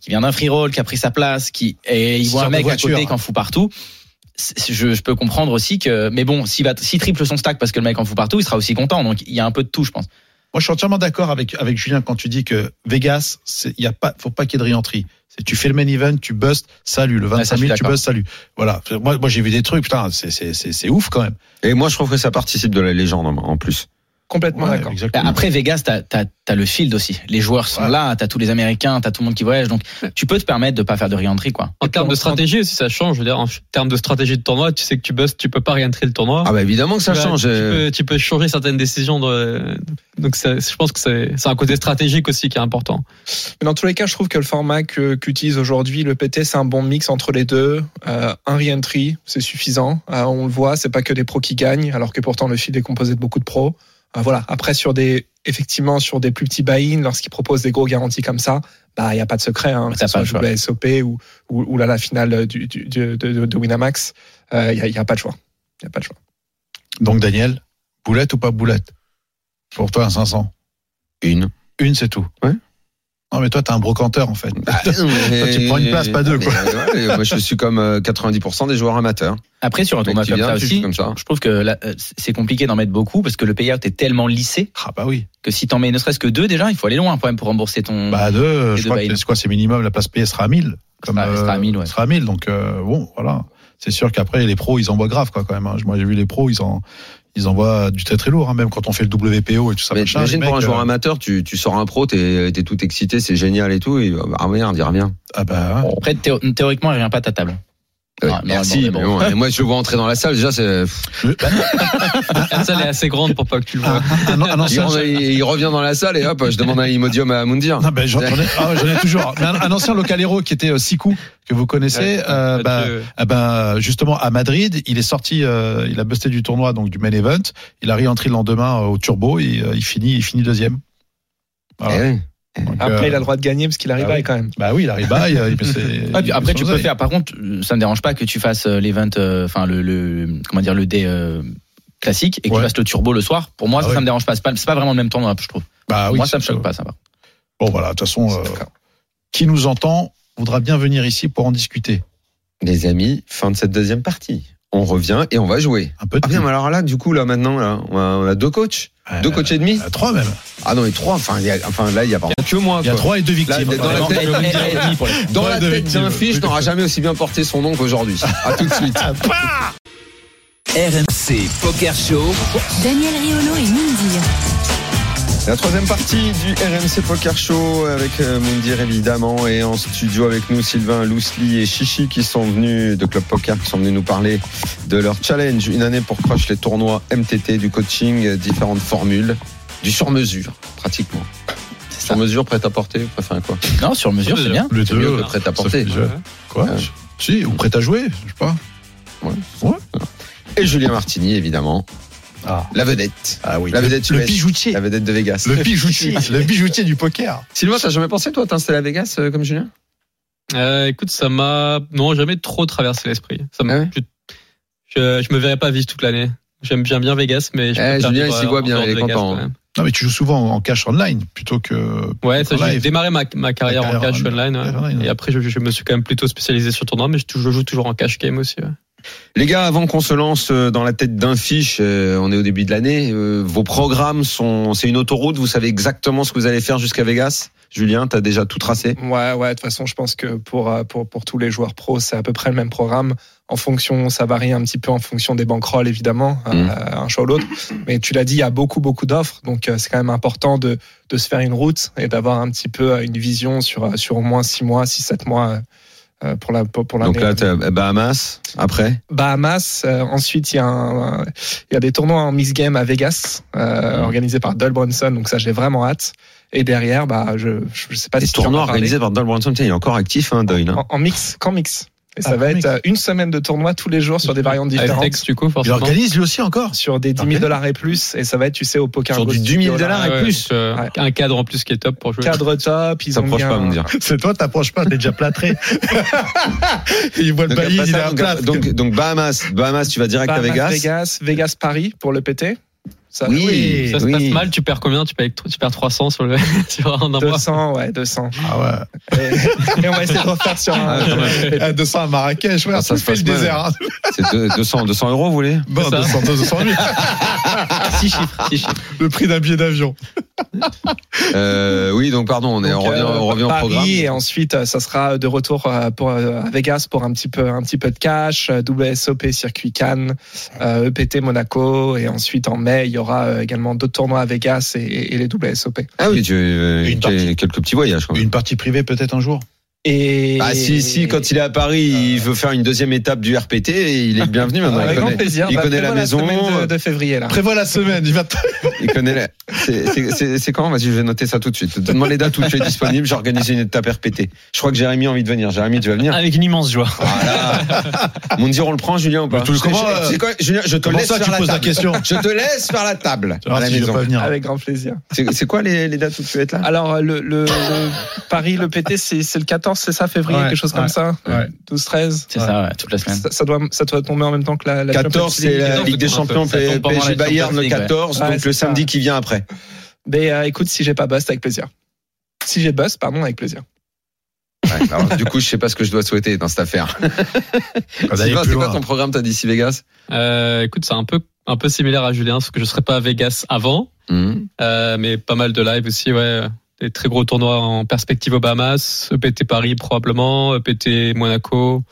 S4: qui vient d'un free roll, qui a pris sa place, qui et il
S2: Sort
S4: voit un
S2: de
S4: mec
S2: voiture.
S4: à côté qui en fout partout. c'est- Je, je peux comprendre aussi que, mais bon, s'il va, s'il triple son stack parce que le mec en fout partout, il sera aussi content. Donc il y a un peu de tout, je pense.
S2: Moi, je suis entièrement d'accord avec, avec Julien quand tu dis que Vegas, c'est- il y a pas, faut pas qu'il y ait de rientrée. C'est tu fais le main event, tu bustes, salut. Le
S4: Ouais,
S2: 25
S4: ça, je
S2: 000,
S4: suis
S2: tu bustes, salut. Voilà. Moi, moi j'ai vu des trucs, putain, c'est- c'est c'est- c'est ouf quand même.
S1: Et moi, je trouve que ça participe de la légende en- en plus.
S7: Complètement
S2: Ouais,
S7: d'accord.
S4: Bah,
S2: exactement.
S4: Après Vegas, t'as as, le field aussi. Les joueurs sont
S2: Ouais.
S4: là, t'as tous les Américains, t'as tout le monde qui voyage. Donc tu peux te permettre de pas faire de re-entry, quoi.
S3: En termes de stratégie aussi, ça change. Je veux dire, en termes de stratégie de tournoi, tu sais que tu bust, tu peux pas réentrer le tournoi.
S1: Ah bah évidemment que ça
S3: Tu vois,
S1: change.
S3: Tu
S1: euh,
S3: peux, tu peux changer certaines décisions. de- donc, ça- je pense que c'est c'est un côté stratégique aussi qui est important.
S7: Mais dans tous les cas, je trouve que le format que- qu'utilise aujourd'hui le PT, c'est un bon mix entre les deux. Euh, un re-entry, c'est suffisant. Euh, on le voit, c'est pas que des pros qui gagnent, alors que pourtant le field est composé de beaucoup de pros. Euh, voilà. Après, sur des, effectivement, sur des plus petits buy-in, lorsqu'ils proposent des gros garanties comme ça, bah, il n'y a pas de secret, hein, que
S4: T'as
S7: ce soit
S4: pas le choix.
S7: WSOP ou, ou, ou là, la finale du, du- du- de, de- de Winamax. Il n'y a, y a pas de choix. Il a pas de choix.
S2: Donc, Daniel, boulette ou pas boulette? Pour toi, un 500.
S1: Une.
S2: Une, c'est tout.
S1: Ouais.
S2: Non, mais toi, t'es un brocanteur, en fait.
S4: Bah.
S1: tu
S2: prends une place, pas deux, quoi.
S1: moi, je suis comme euh, 90% des joueurs amateurs.
S4: Après sur un
S1: Mec,
S4: tournoi
S1: tu
S4: comme
S1: viens,
S4: ça
S1: tu
S4: aussi,
S1: joues comme ça.
S4: je trouve que là, euh, c'est compliqué d'en mettre beaucoup parce que le payout est tellement lissé
S2: Ah, bah oui.
S4: que si t'en mets ne serait-ce que deux déjà, il faut aller loin quand même pour rembourser ton.
S2: Bah, deux,
S4: Mhm. Et
S2: je
S4: deux
S2: crois
S4: bails.
S2: que c'est quoi, c'est minimum, la place payée sera à 1000. Comme,
S4: Sera- sera à 1000, ouais.
S2: Sera à 1000, donc, euh, bon, voilà. C'est sûr qu'après, les pros, ils envoient grave, quoi, quand même. hein. Moi, j'ai vu les pros, ils en, ils envoient du très très lourd, hein, même quand on fait le WPO et tout ça.
S1: Mais
S2: machin,
S1: imagine
S2: les
S1: pour un
S2: mecs,
S1: joueur
S2: euh,
S1: amateur, tu, tu sors un pro, t'es es tout excité, c'est génial et tout. Et, bah, ah merde, il revient.
S2: Ah, bah, ouais.
S4: Après théo- théoriquement, il revient pas à ta table.
S1: Ouais,
S4: Ah,
S1: merci.
S4: normalement,
S1: mais bon, et moi, je le vois entrer dans la salle. Déjà, c'est.
S2: Ah,
S3: La salle est assez grande pour pas que tu le vois.
S2: Un, un- un
S1: Il,
S2: ancien.
S1: rentre- il- il revient dans la salle et hop, je demande un imodium à Moundir.
S2: Non, ben, j'en j'en ai, ah ouais, j'en ai toujours. Mais un, un ancien localero qui était euh, Sikou, que vous connaissez, euh, bah,
S3: Dieu.
S2: ah ben, justement à Madrid, il est sorti, euh, il a busté du tournoi, donc du main event. Il a réentré le lendemain euh, au turbo et euh, il finit, il finit deuxième.
S1: Eh
S2: Voilà.
S1: oui.
S2: Donc,
S7: Après,
S2: euh,
S7: il a le droit de gagner parce qu'il arrive
S2: ah oui.
S7: à quand même.
S2: Bah oui, il arrive à. il- il- c'est-
S1: Ah,
S4: Ouais, Ah, puis après,
S2: il-
S4: tu peux faire. Par contre, euh, ça me dérange pas que tu fasses euh, l'event, euh, enfin le, le- comment dire, le dé euh, classique et que
S2: Ouais.
S4: tu fasses le turbo le soir. Pour moi,
S2: Ah
S4: ça,
S2: oui.
S4: ça me dérange pas. C'est pas, c'est pas vraiment le même temps, je trouve.
S2: Bah oui,
S4: moi, ça me
S2: c'est-
S4: choque pas, ça va.
S2: Bon, voilà, de toute façon, euh,
S7: D'accord.
S2: qui nous entend voudra bien venir ici pour en discuter.
S1: Les amis, fin de cette deuxième partie. On revient et on va jouer.
S2: Un peu de
S1: Ah bien, mais alors là, du coup, là, maintenant, là, on, a, on a deux coachs.
S2: Euh,
S1: deux coachs et demi.
S2: euh, trois même.
S1: Ah non, et trois. Enfin, il y a- enfin là, il y a pas.
S3: Que moi,
S2: Il y a
S3: quoi.
S2: trois et deux
S1: Là,
S2: victimes.
S1: dans la
S2: Vraiment.
S1: tête- Dans
S2: Ouais,
S1: la
S2: deux
S1: tête d'un
S2: victimes.
S1: fiche n'aura jamais aussi bien porté son nom qu'aujourd'hui. À tout de suite.
S5: RMC Poker Show.
S6: Daniel Riolo et Mindir.
S1: La troisième partie du RMC Poker Show avec euh, Moundir évidemment et en studio avec nous Sylvain Lousli et Chichi qui sont venus de Club Poker qui sont venus nous parler de leur challenge une année pour crush les tournois MTT du coaching euh, différentes formules du sur mesure pratiquement
S4: C'est ça.
S1: sur mesure prêt à porter vous préférez quoi
S4: Non, sur mesure, c'est
S3: mesure.
S4: bien.
S2: Le
S1: c'est mieux
S2: deux,
S1: que prêt à porter
S2: ça fait-
S3: Ouais.
S2: Quoi
S1: Ouais.
S2: Si, ou prêt à jouer, je sais pas.
S1: et Julien Martini évidemment
S2: Ah.
S1: la vedette
S2: Ah oui.
S1: La
S2: Le,
S1: vedette
S2: le
S1: US.
S2: bijoutier.
S1: la vedette de Vegas
S2: Le bijoutier. le bijoutier du poker.
S1: Sylvain t'as jamais pensé toi à t'installer à Vegas euh, comme Julien
S3: Euh, écoute, ça m'a non jamais trop traversé l'esprit. Ça m'a-
S1: Ah ouais
S3: je, je, je me verrais pas vivre toute l'année. J'aime bien bien Vegas, mais je
S1: Eh,
S3: préfère
S1: Julien,
S3: vivre,
S1: il s'y
S3: euh,
S1: voit
S3: en
S1: bien,
S3: dehors
S1: il
S3: de
S1: est
S3: Vegas,
S1: content, hein.
S3: quand même.
S2: Non, mais tu joues souvent en cash online plutôt que.
S3: Ouais, ça,
S2: Live.
S3: j'ai démarré ma, ma carrière
S2: Ta
S3: en
S2: carrière
S3: cash
S2: en-
S3: online. ouais.
S2: en online, ouais.
S3: Et après, je, je me suis quand même plutôt spécialisé sur tournoi, mais je, tou- je joue toujours en cash game aussi. ouais.
S1: Les gars, avant qu'on se lance euh, dans la tête d'un fiche, euh, on est au début de l'année. euh, Vos programmes sont, c'est une autoroute. Vous savez exactement ce que vous allez faire jusqu'à Vegas. Julien, t'as déjà tout tracé.
S7: Ouais, ouais, de toute façon, je pense que pour, euh, pour, pour tous les joueurs pros, c'est à peu près le même programme. En fonction, ça varie un petit peu en fonction des bankrolls, évidemment, euh,
S1: Mhm.
S7: un choix ou l'autre. Mais tu l'as dit, il y a beaucoup, beaucoup d'offres. Donc, euh, c'est quand même important de, de se faire une route et d'avoir un petit peu euh, une vision sur, euh, sur au moins 6 mois, 6, 7 mois euh, pour la pour, pour l'année.
S1: Donc là, t'as euh, Bahamas. Après,
S7: Bahamas. euh, ensuite, il y, a un- un- il y a des tournois en mix game à Vegas,
S1: Mm.
S7: euh, organisés par Doug Brunson. Donc, ça, j'ai vraiment hâte. Et derrière, bah, je, je je sais pas
S1: des
S7: si tu en as
S1: tournois
S7: parlé. Oh,
S1: organisés par Don Branson. Tiens, il est encore actif, hein, Doyle. hein.
S7: En, en mix, qu'en mix. Et ça
S2: Ah,
S7: va
S2: qu'en
S7: être
S2: mix. Ah,
S7: euh, une semaine de tournoi tous les jours sur des variantes
S3: Avec
S7: différentes.
S3: Tex, du coup,
S2: Il
S3: forcément.
S2: organise lui aussi encore.
S7: Sur des 10 000 dollars et plus. Et ça va être, tu sais, au poker.
S1: Ah, Sur
S7: Go
S1: du 10 000 dollars
S3: Ah ouais,
S1: et plus.
S3: donc, euh,
S7: Ouais.
S3: Un cadre en plus qui est top pour jouer.
S7: Cadre top. Ils
S1: Ça
S7: ont mis
S1: proche pas,
S7: un-
S1: me dire.
S2: C'est toi, t'approches pas, t'es déjà plâtré. Et il voit le
S1: Donc,
S2: balise,
S1: après
S2: il
S1: ça,
S2: a un
S1: donc,
S2: plâtre.
S1: donc, donc Bahamas, Bahamas, tu vas direct
S7: Bahamas,
S1: à Vegas.
S7: Vegas, Vegas, Paris pour le PT. Ça,
S1: Oui,
S3: Ça se
S1: oui.
S3: passe mal, tu perds combien tu perds, tu perds 300 sur, le, sur un endroit.
S7: 200, ouais, 200.
S2: Ah ouais.
S7: Et, et on va essayer de refaire sur un.
S1: Ah, quand même.
S2: À 200 à Marrakech, ouais,
S1: Ah, ça
S2: ça
S1: se
S2: fait
S1: passe
S2: le
S1: mal.
S2: désert. hein.
S1: C'est deux- 200, 200 euros, vous voulez
S2: Bon,
S3: ça.
S2: 200, 200 000.
S3: Six chiffres, six chiffres.
S2: Le prix d'un billet d'avion.
S1: euh, Oui, donc pardon, on, est, on
S7: Donc,
S1: revient,
S7: euh,
S1: on revient
S7: Paris,
S1: au programme.
S7: Et ensuite, euh, ça sera de retour euh, pour, euh, à Vegas pour un petit peu, un petit peu de cash, euh, WSOP, circuit Cannes, euh, EPT Monaco. Et ensuite, en mai, il y aura euh, également d'autres tournois à Vegas et, et- et les WSOP.
S1: Ah oui, tu euh,
S2: Une
S1: quelques quelques petits voyages. Quand même.
S2: Une partie privée peut-être un jour.
S7: Et
S1: Ah si, si, quand il est à Paris, il veut faire une deuxième étape du RPT, et il est bienvenu maintenant.
S7: Avec
S1: il
S7: grand
S1: connaît,
S7: plaisir.
S1: il
S7: Bah,
S1: connaît la
S7: prévois
S1: maison.
S7: semaine de, de février, là.
S2: Prévois la semaine, il va te...
S1: il connaît la... C'est- c'est- C'est c'est quand Vas-y, je vais noter ça tout de suite. Donne-moi les dates où tu es disponible, j'organise une étape RPT. Je crois que Jérémy a envie de venir. Jérémy, tu vas venir
S8: Avec une immense joie.
S1: Voilà. Mon dire, on le prend, Julien, ou pas
S2: Mais tout le-
S1: Je-
S2: comment,
S1: je-
S2: euh,
S1: c'est quoi, Julien, je te
S2: Comment
S1: laisse
S2: ça tu
S1: faire la
S2: poses la
S1: table.
S2: question
S1: Je te laisse faire la table
S2: Tu
S1: à
S2: vois,
S1: la
S2: si je veux
S1: maison. Ah
S2: pas venir.
S7: Avec grand plaisir.
S1: C'est c'est quoi les, les dates où tu vas être là
S7: Alors, le, le, le Paris, le PT, c'est c'est le 14, c'est ça, février,
S2: Ouais,
S7: quelque chose
S2: ouais,
S7: comme ça
S2: ouais.
S7: 12, 13
S4: C'est ça, ouais, toute la semaine.
S7: ça, ça doit, ça doit tomber en même temps que la, la
S1: 14,
S7: Champions
S1: c'est
S7: League.
S1: la
S3: non,
S1: Ligue des
S3: ça tombe
S1: Champions,
S4: pendant la
S1: PSG
S4: Champions
S1: Bayern le
S4: League, ouais.
S1: 14,
S7: Ouais,
S1: donc
S7: c'est
S1: le
S7: ça.
S1: samedi qui vient après.
S7: Ben euh, écoute, si j'ai pas bust, avec plaisir. Si j'ai bust, pardon, avec plaisir.
S1: Ouais, alors, du coup, je sais pas ce que je dois souhaiter dans cette affaire.
S2: Ah, bah,
S1: Sylvain, c'est quoi ton programme T'as dit si Vegas
S3: Euh, écoute, c'est un peu, un peu similaire à Julien, parce que je serais pas à Vegas avant,
S1: Mhm.
S3: euh, mais pas mal de live aussi, ouais. Des très gros tournois en perspective aux Bahamas, EPT Paris probablement, EPT Monaco,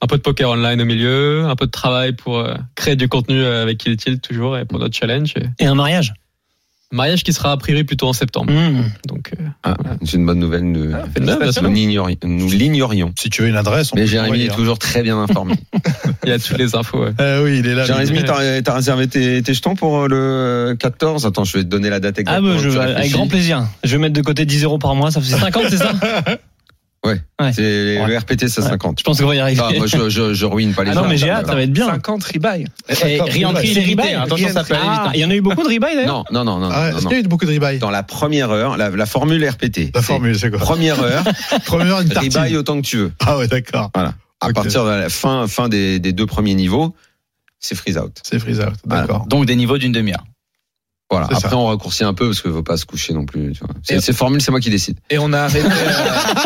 S3: un peu de poker online au milieu, un peu de travail pour euh, créer du contenu euh, avec Kill Tilt toujours et pour notre challenge. Et
S8: Et un mariage.
S3: mariage qui sera a priori plutôt en septembre. Donc, euh,
S1: Ah, c'est une bonne nouvelle. Nous,
S3: félicitations.
S1: nous l'ignori- nous l'ignorions.
S2: Si tu veux une adresse, on
S1: Mais
S2: peut
S1: Jérémy
S2: t'envoyer,
S1: est
S2: hein.
S1: toujours très bien informé.
S3: il y a toutes les infos. ouais.
S2: Ah oui, il est là. lui.
S1: Jérémy, t'as t'as réservé tes, tes jetons pour euh, le 14 Attends, je vais te donner la date exacte.
S8: Ah, bah,
S1: pendant que
S8: je,
S1: tu
S8: avec
S1: réfléchis.
S8: grand plaisir. Je vais mettre de côté 10 euros par mois, ça faisait 50, c'est ça
S3: Ouais.
S1: C'est les-
S3: Ouais.
S1: le RPT, c'est
S3: Ouais.
S1: 50.
S3: Je pense qu'on va y arriver.
S1: Ah, moi, je, je, je ruine pas les
S3: Ah non,
S1: gens.
S3: mais j'ai hâte, ça va être bien.
S7: 50 rebuy.
S4: Et Riantri, il est limité, hein. Attention, ça peut aller vite.
S3: Ah,
S4: hein.
S3: il y en a eu beaucoup de rebuy d'ailleurs.
S1: Non, non, non, non.
S2: Ah,
S1: non,
S2: Est-ce
S1: non.
S2: qu'il y a eu beaucoup de rebuy
S1: Dans la première heure, la, la formule RPT.
S2: La
S1: c'est
S2: formule, c'est quoi
S1: Première heure,
S2: Première, une
S1: rebuy
S2: tartine.
S1: autant que tu veux.
S2: Ah ouais, d'accord.
S1: Voilà. À
S2: Ok.
S1: partir de la fin, fin des, des deux premiers niveaux, c'est freeze out.
S2: C'est freeze out,
S1: Voilà.
S2: d'accord.
S4: Donc des niveaux d'une demi-heure.
S1: Voilà.
S2: C'est
S1: Après,
S2: ça.
S1: on raccourcit un peu parce qu'il ne faut pas se coucher non plus. tu vois. C'est
S7: Et-
S1: c'est formule, c'est moi qui décide.
S7: Et on a arrêté. euh,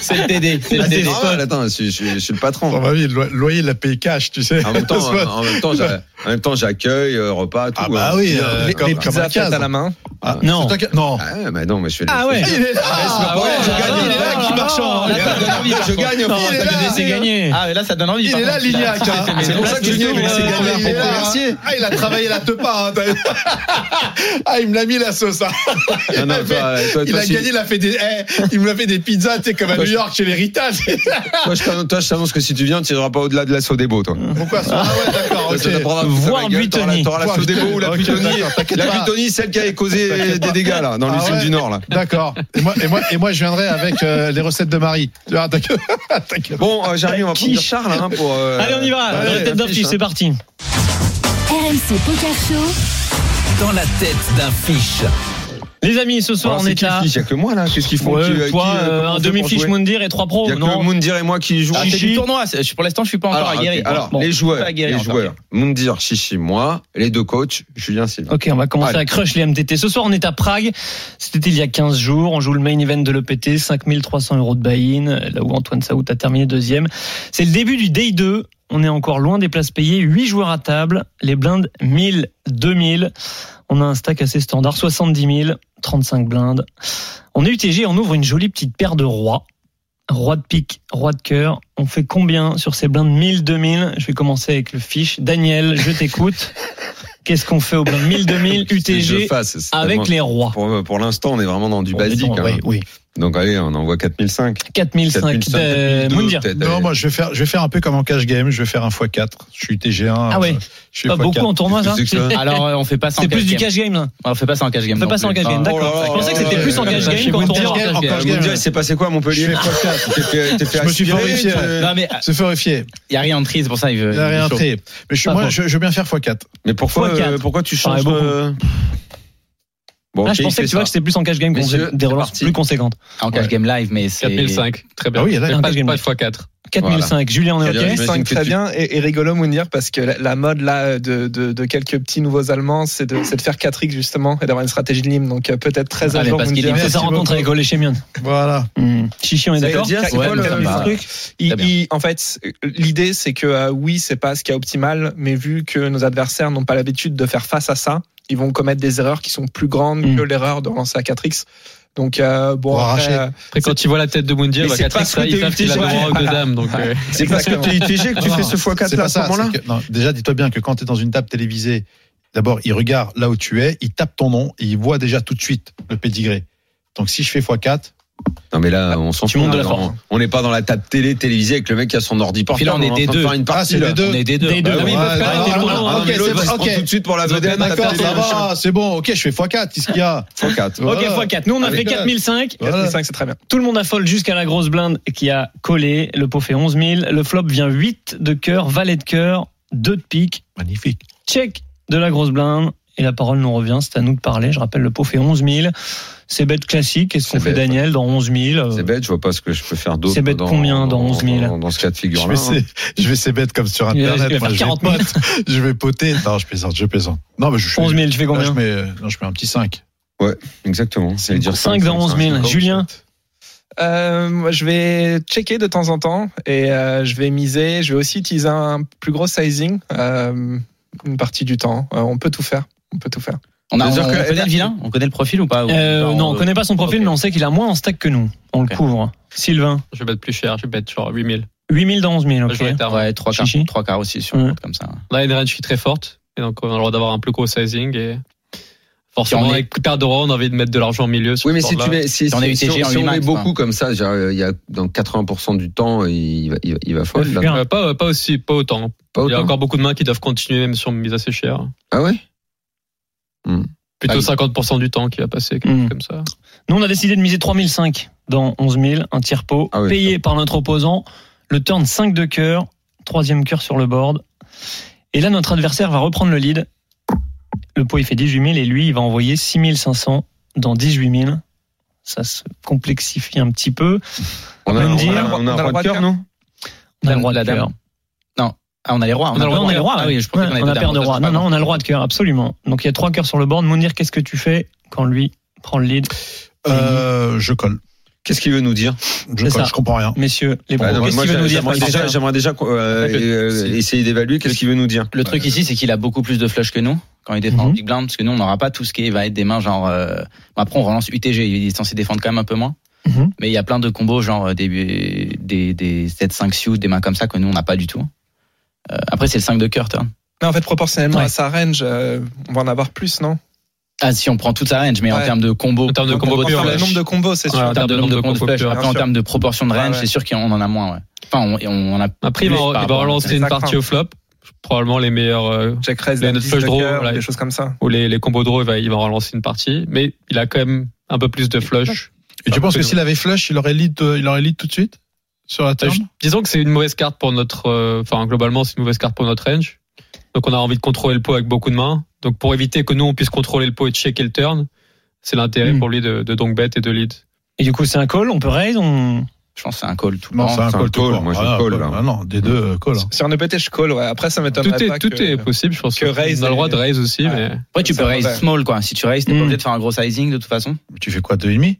S4: C'est le TD. C'est le
S1: Ah, c'est
S4: TD.
S1: normal, attends, je, suis- je suis- je suis le patron.
S2: Dans ma vie, bah le lo- loyer, il l'a payé cash, tu sais.
S1: En même temps, euh,
S2: Parce que-
S1: en même temps, j'a- en même temps, j'accueille, euh, repas, tout.
S2: Ah bah
S1: hein.
S2: oui,
S1: Ah,
S2: euh,
S1: mais-
S2: comme, comme un
S7: Pizza faite
S2: case.
S7: à la main.
S2: Ah,
S3: Non.
S2: c'est un ca- Non.
S1: Ah, bah non, mais je fais
S3: Ah
S1: les-
S3: ouais.
S2: Il est
S4: Ah
S2: ouais,
S4: ouais,
S2: je gagne,
S4: non,
S2: il est là,
S4: non,
S2: qui
S4: non,
S2: marchand. hein.
S4: non,
S2: Il est
S4: là, ça donne envie.
S1: Je gagne, au
S3: Non,
S2: il est
S1: fil.
S3: t'as
S2: là,
S3: donné, c'est
S2: il est
S3: gagné.
S4: Ah, mais là, ça donne envie.
S2: Il
S4: par
S2: est là,
S4: contre.
S2: Lignac. hein.
S4: Ah,
S1: C'est pour ça que je dis, mais c'est
S2: Ah,
S1: gagné
S2: il est
S1: pour
S2: là.
S1: remercier.
S3: Euh,
S2: Ah, il a travaillé la tepa. hein, t'as vu. Ah, il me l'a mis la sauce. hein.
S1: Non,
S2: Il
S1: non,
S2: m'a
S1: toi,
S2: fait-
S1: toi, toi,
S2: Il a
S1: si-
S2: gagné, il a fait des, eh, il me l'a fait des pizzas, tu sais, comme à
S1: Toi,
S2: New
S1: je-
S2: York chez l'héritage.
S1: Toi, je t'annonce- toi, je t'annonce que si tu viens, tu n'iras pas au-delà de la sauce des beaux, toi.
S2: Pourquoi ça Ah ouais, d'accord,
S1: Toi,
S2: ok.
S1: tu vas prendre un coup sur
S3: Voir
S1: la gueule, t'auras la-
S3: Buitoni.
S1: T'auras la
S2: Voir
S1: sauce des beaux ou la
S2: Buitoni. Ok,
S1: butonie.
S2: d'accord, t'inquiète
S1: La
S2: pas.
S1: butonie, celle qui a causé des dégâts, là, dans
S2: Ah
S1: l'usine
S2: ouais.
S1: du Nord, là.
S2: D'accord. Et moi, et moi, et moi, je viendrai avec euh, les recettes de Marie. Tu vois, t'inquiète- t'inquiète.
S1: Bon, euh, j'arrive, on va prendre
S3: Quiche.
S1: Charles, hein, pour. euh,
S3: Allez, on y va.
S1: allez,
S3: Dans la tête
S1: la
S3: d'un
S1: fiche,
S3: fiche,
S1: hein.
S3: c'est parti.
S6: RMC Poker Show,
S5: Dans la tête d'un fiche.
S3: Les amis, ce soir,
S1: Alors,
S3: on
S1: Ah, c'est
S3: est
S1: qui
S3: à.
S1: le fiche Il y a que moi, là. Qu'est-ce qu'ils font
S3: Ouais,
S1: Qui- euh,
S3: toi,
S1: qui, euh,
S3: euh,
S1: comment on
S3: un
S1: fait pour
S3: demi-fiche
S1: jouer
S3: Moundir et trois
S1: Il
S3: pros.
S1: y a
S3: non.
S1: que Moundir et moi qui jouons.
S4: Ah, c'est du tournoi. c'est- je- Pour l'instant, je suis pas encore
S1: Alors,
S4: aguerri.
S1: ok, alors,
S4: Bon,
S1: les
S4: je suis pas
S1: joueurs,
S4: aguerri
S1: les
S4: encore.
S1: joueurs, Moundir, Chichi, moi, les deux coachs, Julien Sylvain.
S3: Ok, on va commencer
S1: Allez.
S3: à crush les MTT. Ce soir, on est à Prague. C'était il y a 15 jours. On joue le main event de l'EPT, 5300 euros de buy-in, là où Antoine Saout a terminé deuxième. C'est le début du day 2. On est encore loin des places payées. 8 joueurs à table. Les blindes, 1000, 2000. On a un stack assez standard, 70 000, 35 blindes. On est UTG, on ouvre une jolie petite paire de rois. Roi de pique, roi de cœur. On fait combien sur ces blindes 1000, 2000 Je vais commencer avec le fiche. Daniel, je t'écoute. Qu'est-ce qu'on fait aux blindes 1000, 2000 UTG avec les rois
S1: Pour, pour l'instant, on est vraiment dans du basique. hein.
S3: Oui, oui.
S1: Donc, allez, on envoie 4005.
S3: 4005 de
S1: 4002,
S3: euh, Moundir.
S1: peut-être,
S2: Non,
S1: allez.
S2: moi je vais faire, je vais faire un peu comme en cash game. Je vais faire un x4. Je suis TG1.
S3: Ah ouais.
S2: Je suis
S3: Pas
S2: x4.
S3: beaucoup en tournoi, ça
S1: Plus que ça.
S3: C'est-
S4: Alors, euh, on fait pas ça en
S3: C'est plus
S4: cash
S3: du
S4: game.
S3: cash game, là.
S4: On fait pas ça en cash game.
S3: On fait
S4: non
S3: pas ça en
S4: plus.
S3: cash game,
S4: Non.
S1: Oh là
S3: d'accord.
S1: là
S3: Je pensais que c'était
S1: là
S3: plus
S1: là
S3: en
S1: là
S3: cash
S1: là
S3: game
S2: là.
S3: qu'en
S2: Moundir
S3: tournoi.
S2: game,
S3: en fait.
S2: encore.
S1: Euh, Moundir, il s'est passé quoi à
S2: Je
S1: Montpellier
S2: fais x4.
S1: T'es fait- t'es fait
S2: Je me suis fait
S1: aspirer,
S2: horrifier.
S1: t'as-
S4: Non, mais
S2: Se fait horrifier.
S4: il y a rien de tri, c'est pour ça il veut.
S2: Il a
S4: il est chaud.
S2: réentré. Mais je, suis-
S3: Pas
S2: moi,
S3: faux.
S2: je, je veux bien faire x4.
S1: Mais pourquoi,
S3: Fois quatre.
S1: euh, pourquoi tu
S3: Pareil,
S1: changes
S3: beaucoup.
S1: euh, Bon,
S3: Ah,
S1: ok,
S3: je
S1: il
S3: pensais
S1: fait
S3: que tu vois que
S1: ça.
S3: c'était plus en cash game qu'on
S1: Messieurs,
S3: faisait des
S1: c'est
S3: relances
S1: parti.
S3: plus conséquentes.
S4: En cash game live, mais c'est.
S7: 4005. Très bien.
S2: Ah oui, elle a-
S7: Pas
S3: Un
S7: pas
S3: cash
S7: de
S3: game.
S7: x4.
S3: 4005. Julien, on est
S1: Julien,
S3: OK
S1: j'imagine
S7: 4005,
S1: que
S7: très
S1: tu-
S7: bien. Et, et rigolo, Mounir, parce que la, la mode là de, de, de quelques petits nouveaux Allemands, c'est de, c'est de faire 4x justement et d'avoir une stratégie de lim. Donc euh, peut-être très à
S4: Allez,
S7: jour,
S4: parce qu'il
S7: Mounir.
S3: Il fait sa
S2: Merci
S3: rencontre
S2: beaucoup.
S3: avec Olé Chemion.
S2: Voilà.
S1: Hmm.
S3: Chichi, on est d'accord
S1: C'est-à-dire, c'est
S4: Ouais,
S1: quoi
S4: mais
S1: le-
S4: ça me
S1: le
S4: va.
S1: truc
S7: Il-
S4: bien.
S7: il- en fait, l'idée, c'est que euh, oui, c'est pas ce qui est optimal, mais vu que nos adversaires n'ont pas l'habitude de faire face à ça, ils vont commettre des erreurs qui sont plus grandes
S3: Mm.
S7: que l'erreur de relancer à 4x. Donc, euh, bon,
S2: Pour
S7: après,
S2: arracher.
S7: euh,
S9: Après, quand il voit la tête de Moundir,
S1: Mais
S9: bah,
S1: c'est pas
S9: 4x,
S1: ce que
S9: ça,
S1: t'es
S9: il savent qu'il a
S1: obligé.
S9: droit aux deux dames. Donc, euh,
S1: C'est parce que t'es ITG que tu
S2: Non,
S1: fais ce
S2: C'est
S1: x4 là,
S2: pas
S1: à ce
S2: ça.
S1: moment-là
S2: c'est que- non, déjà, dis-toi bien que quand tu es dans une table télévisée, d'abord, il regarde là où tu es, il tape ton nom et il voit déjà tout de suite le pédigré. Donc si je fais x4,
S1: Non mais là, on s'en
S3: Tu
S1: fout,
S3: montes de
S1: là,
S3: la
S1: non.
S3: force.
S1: On n'est pas dans la table télé télévisée avec le mec qui a son ordi portable.
S4: là, on est
S1: en train
S4: des
S1: de
S4: deux.
S1: faire une
S2: ah,
S1: partie
S2: c'est
S1: là.
S2: les deux.
S4: On est des deux.
S3: Des deux.
S1: Bah oui,
S3: Bah
S1: parce
S3: oui,
S1: que-
S3: parce que-
S1: Ah,
S3: t'es
S1: non,
S3: loin.
S1: non,
S2: Ah,
S1: non,
S2: ok,
S1: mais l'autre,
S2: c'est-
S1: il se prend
S2: ok.
S1: tout de suite pour la
S2: Ok,
S1: vedette.
S2: D'accord, ça va, c'est bon, ok, je fais x4, qu'est-ce qu'il y a
S1: X4.
S3: Ok,
S2: Voilà.
S3: x4. Nous, on a
S2: Allez.
S3: fait 4005.
S2: Voilà.
S7: 4x5, c'est très bien.
S3: Tout le monde affole jusqu'à la grosse blinde qui a collé. Le pot fait 11 000. Le flop vient 8 de cœur, valet de cœur, 2 de pique.
S2: Magnifique.
S3: Check de la grosse blinde. Et la parole nous revient. C'est à nous de parler. Je rappelle, le pot fait 11 000. C'est bête classique. Qu'est-ce qu'on
S1: C'est
S3: fait,
S1: bête.
S3: Daniel, dans Euh, 11 000
S1: C'est bête, je vois pas ce que je peux faire d'autre.
S3: C'est bête
S1: dans-
S3: combien dans 11 000?
S1: dans- Dans ce cas de hein.
S2: Je
S1: figure là.
S2: vais, c'est- je vais s'ébête comme sur
S3: Il va- il va
S2: internet.
S3: faire
S2: moi, je,
S3: 40
S2: vais pote, je vais poter. Non, je plaisante, je plaisante. Non, mais je suis.
S3: 11 000, tu fais
S2: Là, je
S3: combien
S2: mets, euh, non, je mets un petit 5.
S1: Exactement. C'est dire
S3: 5 dans 11 000. Julien,
S7: Euh, moi, je vais checker de temps en temps et euh, je vais miser. Je vais aussi utiliser un plus gros sizing euh, une partie du temps. Euh, on peut tout faire. On peut tout faire.
S4: On, a, on,
S1: C'est-à-dire que-
S4: connaît le vilain On connaît le profil ou pas Ou-
S3: euh, non, on
S4: euh,
S3: connaît pas son profil,
S4: ok.
S3: mais on sait qu'il a moins en stack que nous. On le
S4: Ok.
S3: couvre. Sylvain,
S9: je vais mettre plus cher, je vais mettre genre 8000.
S3: 8 000 dans 11 000.
S9: Je vais
S3: ok.
S9: mettre un-
S4: Ouais, 3 quarts.
S3: Chichi.
S4: 3 quarts aussi sur
S3: Ouais.
S4: le compte comme ça.
S9: On a une range qui est très forte, et donc on a le droit d'avoir un plus gros sizing. Et
S4: Si
S9: forcément,
S4: on est-
S9: avec perte de roi, on a envie de mettre de l'argent au milieu. sur
S1: Oui, mais
S9: ce
S1: si
S9: bord-là.
S1: tu mets, si,
S4: Si on
S1: si-
S4: est
S1: si on- si
S4: UTG, on
S1: on
S4: lui
S1: met
S4: max,
S1: beaucoup comme ça, genre, euh, il y a dans 80% du temps, il va, il va, il va fold, là.
S3: Bien.
S9: Ouais, Euh, pas, ouais, pas aussi, pas autant. Il y
S1: Pas
S9: a
S1: autant.
S5: hein.
S9: encore beaucoup de mains qui doivent continuer, même si on mise assez cher.
S1: Ah ouais?
S5: Plutôt 50% du temps qui va passer, quelque chose
S3: Mm.
S5: comme ça.
S3: Nous, on a décidé de miser 3005 dans 11 000, un tiers pot,
S1: Ah oui.
S3: payé par notre opposant. Le turn 5 de cœur, troisième cœur sur le board. Et là, notre adversaire va reprendre le lead. Le pot, il fait 18 000 et lui, il va envoyer 6 500 dans 18 000. Ça se complexifie un petit peu.
S1: On a,
S3: Même
S1: on a-
S3: dire,
S1: on a un roi de cœur, non
S3: On a
S4: Dame,
S3: le droit de
S4: la dame.
S3: cœur.
S4: Ah, on a les rois.
S3: On a le droit, on a le droit.
S4: Ah
S3: ouais.
S4: oui, je pensais
S3: Ouais,
S4: qu'on avait
S3: on a
S4: des Ah,
S3: paire de
S4: dames.
S3: rois. Non, non, on a le roi de cœur, absolument. Donc il y a trois cœurs sur le board. Mounir, qu'est-ce que tu fais quand lui prend le lead
S2: Euh, je colle.
S1: Qu'est-ce qu'il veut nous dire
S2: Je
S3: C'est
S2: colle,
S3: ça.
S2: je comprends rien.
S3: Messieurs, les
S1: Bah,
S3: bons.
S1: non, mais
S3: Qu'est-ce
S1: moi,
S3: qu'il veut nous dire
S1: J'aimerais
S3: Patrick
S1: déjà, j'aimerais déjà quoi, euh,
S5: Avec le-
S1: euh, essayer d'évaluer qu'est-ce qu'il veut nous dire.
S4: Le truc ici, c'est qu'il a beaucoup plus de flush que nous quand il défend en
S3: Mhm.
S4: big blind, parce que nous, on n'aura pas tout ce qui va être des mains genre. euh, bon, Après, on relance UTG. Il est censé défendre quand même un peu moins.
S3: Mhm.
S4: Mais il y a plein de combos genre euh, des des, des 7-5 suits, des mains comme ça que nous on n'a pas du tout. Euh, après c'est le 5 de hein. cœur, toi.
S7: Mais en fait, proportionnellement
S3: Ouais.
S7: à sa range, euh, on va en avoir plus, non
S4: Ah si on prend toute sa range, mais en
S7: Ouais.
S4: termes de combos,
S5: En termes de
S7: En
S5: combo
S7: termes
S5: pur,
S7: de
S5: ouais.
S7: nombre de combos, c'est sûr.
S5: Ouais,
S4: en termes de nombre de combos,
S5: combos
S4: de
S5: pure,
S4: après en
S7: bien
S4: termes de proportion de range,
S7: Ouais, ouais.
S4: c'est sûr qu'on en a moins. Ouais. Enfin on, et on en a.
S5: Après, il va,
S4: plus par
S5: il va
S4: rapport à-
S5: relancer une
S7: Exactement.
S5: partie au flop. Probablement les meilleurs, euh,
S7: Jack Raise,
S5: Les
S7: Dame
S5: notes
S7: 10
S5: flush
S7: de
S5: draw,
S7: cœur,
S5: voilà.
S7: des choses comme ça.
S5: ou les, les combos draw, il va, il va en relancer une partie. Mais il a quand même un peu plus de flush.
S2: Et tu
S5: Ah,
S2: penses que
S5: absolument.
S2: s'il avait flush, il aurait lead, euh, il aurait lead tout de suite sur la table
S5: Je- Disons que c'est une mauvaise carte pour notre, euh, enfin, globalement, c'est une mauvaise carte pour notre range. Donc, on a envie de contrôler le pot avec beaucoup de mains. Donc, pour éviter que nous, on puisse contrôler le pot et checker le turn, c'est l'intérêt
S3: Mm.
S5: pour lui de, de donk bet et de lead.
S3: Et du coup, c'est un call, on peut raise, on.
S4: Je pense que c'est un call tout le
S2: Non,
S4: temps.
S2: c'est un
S1: c'est un
S2: call. tout
S1: call,
S2: court.
S1: moi, je
S2: Ah,
S1: call,
S2: call.
S1: là.
S2: Ah non, des deux euh, call. hein.
S7: Sur un EPT, je call. Ouais. Après, ça m'étonnerait
S5: Tout est,
S7: pas
S5: tout
S7: que-
S5: est possible, je pense.
S7: que raise
S5: on a le droit
S7: et-
S5: de raise aussi,
S7: Ouais.
S5: mais
S4: Après tu
S7: Ça
S4: peux
S7: va,
S4: raise
S7: ouais.
S4: small quoi. Si tu raise, t'es
S3: Mhm.
S4: pas
S5: Mm.
S4: obligé de faire un gros sizing de toute façon.
S2: Tu fais quoi, deux et demi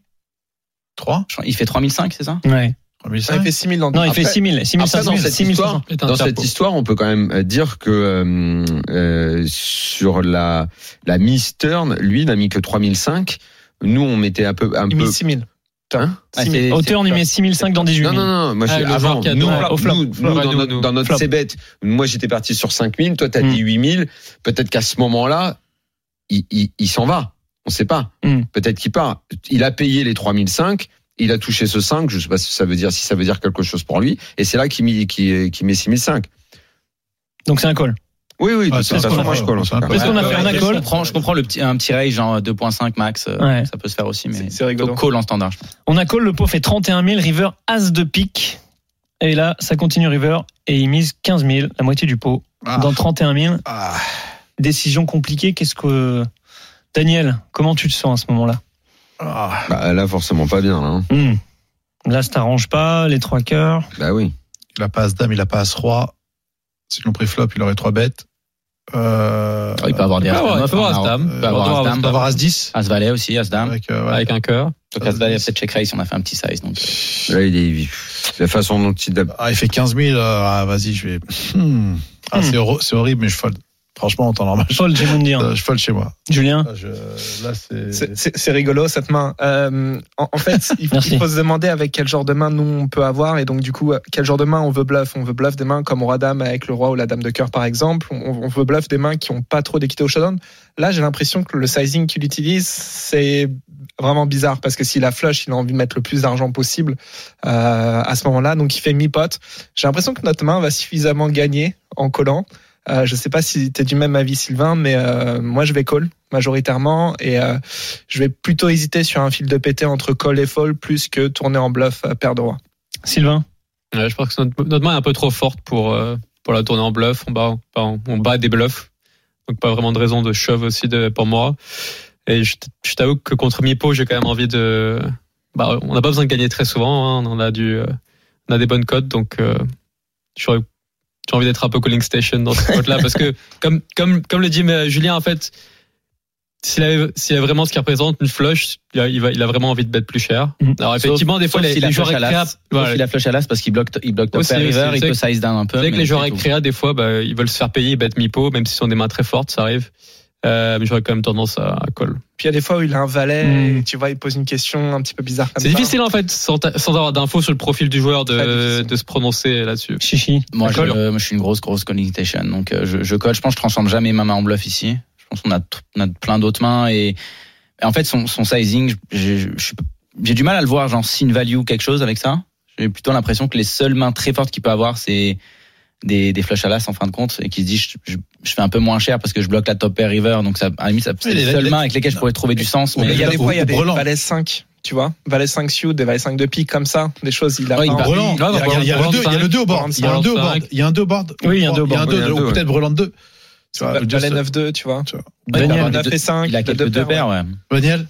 S2: Trois
S4: Il fait 3005 c'est ça
S3: Ouais.
S7: Ça, il fait 6000 dans le
S3: Non, il
S7: Après,
S3: fait 6000,
S1: Après,
S3: 6500,
S1: dans cette
S3: 6500.
S1: histoire, dans cette histoire, on peut quand même euh, dire que euh, euh, sur la la Miss Turn, lui n'a mis que 3005. Nous, on mettait un peu un
S7: Il
S1: peu.
S7: met 6000.
S1: Hein
S4: Ouais,
S7: 6000.
S4: c'est-
S3: Au
S4: c'est-
S3: turn, il met 6500 dans 18
S1: non,
S3: 000.
S1: non, non, moi,
S5: Ah,
S1: j'ai-
S5: le
S1: avant,
S5: joueur qui a
S1: nous,
S5: deux,
S1: nous,
S5: au flop.
S1: nous,
S5: Flop.
S1: dans
S5: Nous,
S1: notre,
S5: nous.
S1: dans notre
S3: Flop.
S1: c'est bête. Moi, j'étais parti sur 5000, toi, t'as
S3: Mm.
S1: dit 8000. Peut-être qu'à ce moment-là, il, il, il s'en va. On sait pas.
S3: Mm.
S1: Peut-être qu'il part. Il a payé les 3005. Il a touché ce 5. Je sais pas si ça veut dire, si ça veut dire quelque chose pour lui. Et c'est là qu'il met, qu'il qu'il met 6005.
S3: Donc c'est un call.
S1: Oui, oui, de
S2: Ah,
S1: toute
S2: c'est un
S1: façon,
S2: call,
S1: moi, je
S2: ouais.
S1: colle. en tout
S2: C'est un
S1: cas.
S3: call. Qu'est-ce qu'on a fait On a
S4: je
S3: call
S4: comprends, je comprends le petit, un petit raise genre 2.5 max, euh,
S3: Ouais.
S4: ça peut se faire aussi, mais
S7: C'est- C'est rigolo.
S4: Donc, call en standard. je pense.
S3: On a call, le pot fait 31 000, river as de pique. Et là, ça continue river et il mise 15 000, la moitié du pot,
S2: Ah.
S3: dans 31 000.
S2: Ah.
S3: Décision compliquée, qu'est-ce que... Daniel, comment tu te sens à ce moment-là
S2: Ah.
S1: Bah, là, forcément pas bien. Là, hein.
S3: Hmm. Là, ça t'arrange pas, les trois cœurs.
S1: Bah oui.
S2: Il a pas as dame, il a pas as roi. Si l'on pré-flop, il aurait trois bêtes. Euh,
S4: Ah, il peut avoir des
S5: il peut
S4: as
S5: avoir- il peut avoir
S4: neuf,
S5: As dame.
S4: il peut avoir as
S2: il
S4: dame,
S2: peut avoir as 10.
S4: as valet aussi, as dame.
S2: Avec, euh, ouais.
S5: avec un cœur.
S4: Donc as valet peut-être check raise, on a fait un petit size. Donc
S1: Là, il est. La façon dont il a
S2: Ah, il fait 15 000. euh, ah, vas-y, je vais. Hmm. Ah,
S3: Hmm.
S2: c'est, hor- c'est horrible, mais je fold. Franchement, en temps normal, je,
S3: Fold, j'ai voulu dire.
S2: je fold chez moi.
S3: Julien
S2: Là, je- là, c'est.
S7: C'est- C'est c'est rigolo cette main. Euh, en, en fait, il,
S3: Merci.
S7: il faut se demander avec quel genre de main nous on peut avoir et donc du coup euh, quel genre de main on veut bluff. On veut bluff des mains comme roi dame avec le roi ou la dame de cœur par exemple. On, on veut bluff des mains qui ont pas trop d'équité au showdown. Là, j'ai l'impression que le sizing qu'il utilise c'est vraiment bizarre parce que s'il a flush, il a envie de mettre le plus d'argent possible euh, à ce moment-là. Donc il fait mi pot. J'ai l'impression que notre main va suffisamment gagner en collant. Euh, je sais pas si tu es du même avis Sylvain, mais euh, moi je vais call majoritairement et euh, je vais plutôt hésiter sur un fil de pété entre call et fold plus que tourner en bluff à paire de rois.
S3: Sylvain
S5: Ouais, je pense que notre, notre main est un peu trop forte pour, euh, pour la tourner en bluff. On bat, enfin, on bat des bluffs. Donc, pas vraiment de raison de shove aussi de, pour moi. Et je, t- je t'avoue que contre Mipo, j'ai quand même envie de. Bah, on n'a pas besoin de gagner très souvent. hein. On en a du, euh, on a des bonnes cotes. Donc, euh, j'aurais- j'ai envie d'être un peu calling station dans cette cote-là. parce que, comme, comme, comme le dit euh, Julien, en fait, s'il avait, s'il a vraiment ce qu'il représente, une flush, il a, il va- il a vraiment envie de bet plus cher.
S3: Mhm.
S5: Alors, effectivement, des fois,
S4: Mm. sauf
S5: les,
S4: s'il
S5: les
S4: a
S5: joueurs
S4: flush à l'as.
S5: récréa-
S4: Sauf
S5: voilà,
S4: s'il a flush à l'as parce qu'il bloque, il bloque top
S5: Aussi,
S4: pair
S5: aussi,
S4: river,
S5: c'est
S4: il
S5: vrai
S4: peut size down un peu.
S5: C'est vrai que
S4: mais
S5: les joueurs
S4: c'est tout.
S5: récréa, des fois, bah, ils veulent se faire payer, ils battent Mipo, même si ce sont des mains très fortes, ça arrive. Euh, mais j'aurais quand même tendance à, à call.
S7: Puis il y a des fois où il a un valet,
S3: Mm.
S7: et tu vois, il pose une question un petit peu bizarre comme
S5: C'est
S7: ça.
S5: difficile hein. en fait, sans, ta- sans avoir d'infos sur le profil du joueur,
S7: Très
S5: de,
S7: difficile.
S5: de se prononcer là-dessus.
S3: Chichi
S4: Moi,
S3: Ça
S4: je,
S3: colle
S4: euh, moi, je suis une grosse, grosse calling station. Donc, euh, je, je colle. Je pense que je transforme jamais ma main en bluff ici. Je pense qu'on a, tr- on a plein d'autres mains. Et, et en fait, son, son sizing, j'ai je suis- j'ai du mal à le voir, genre, sin value ou quelque chose avec ça. J'ai plutôt l'impression que les seules mains très fortes qu'il peut avoir, c'est des, des flush à l'as en fin de compte et qui se dit je, je, je, fais un peu moins cher parce que je bloque la top pair river donc ça à la limite c'est les seules mains avec lesquelles je pourrais trouver du sens
S7: mais il y a des fois il y a des valets 5 tu vois valet 5 suit des valet 5 de pique comme ça des choses il a
S2: ouais, Breland, il, il, il, il y a le 2 au board il y a un 2 au board il y a un 2 au board
S8: oui il y a un 2 au
S2: board ou peut-être Breland 2
S7: Valet 9-2, tu vois.
S4: Daniel, 9 et 5. Il a quelques deux paires, ouais.
S2: Daniel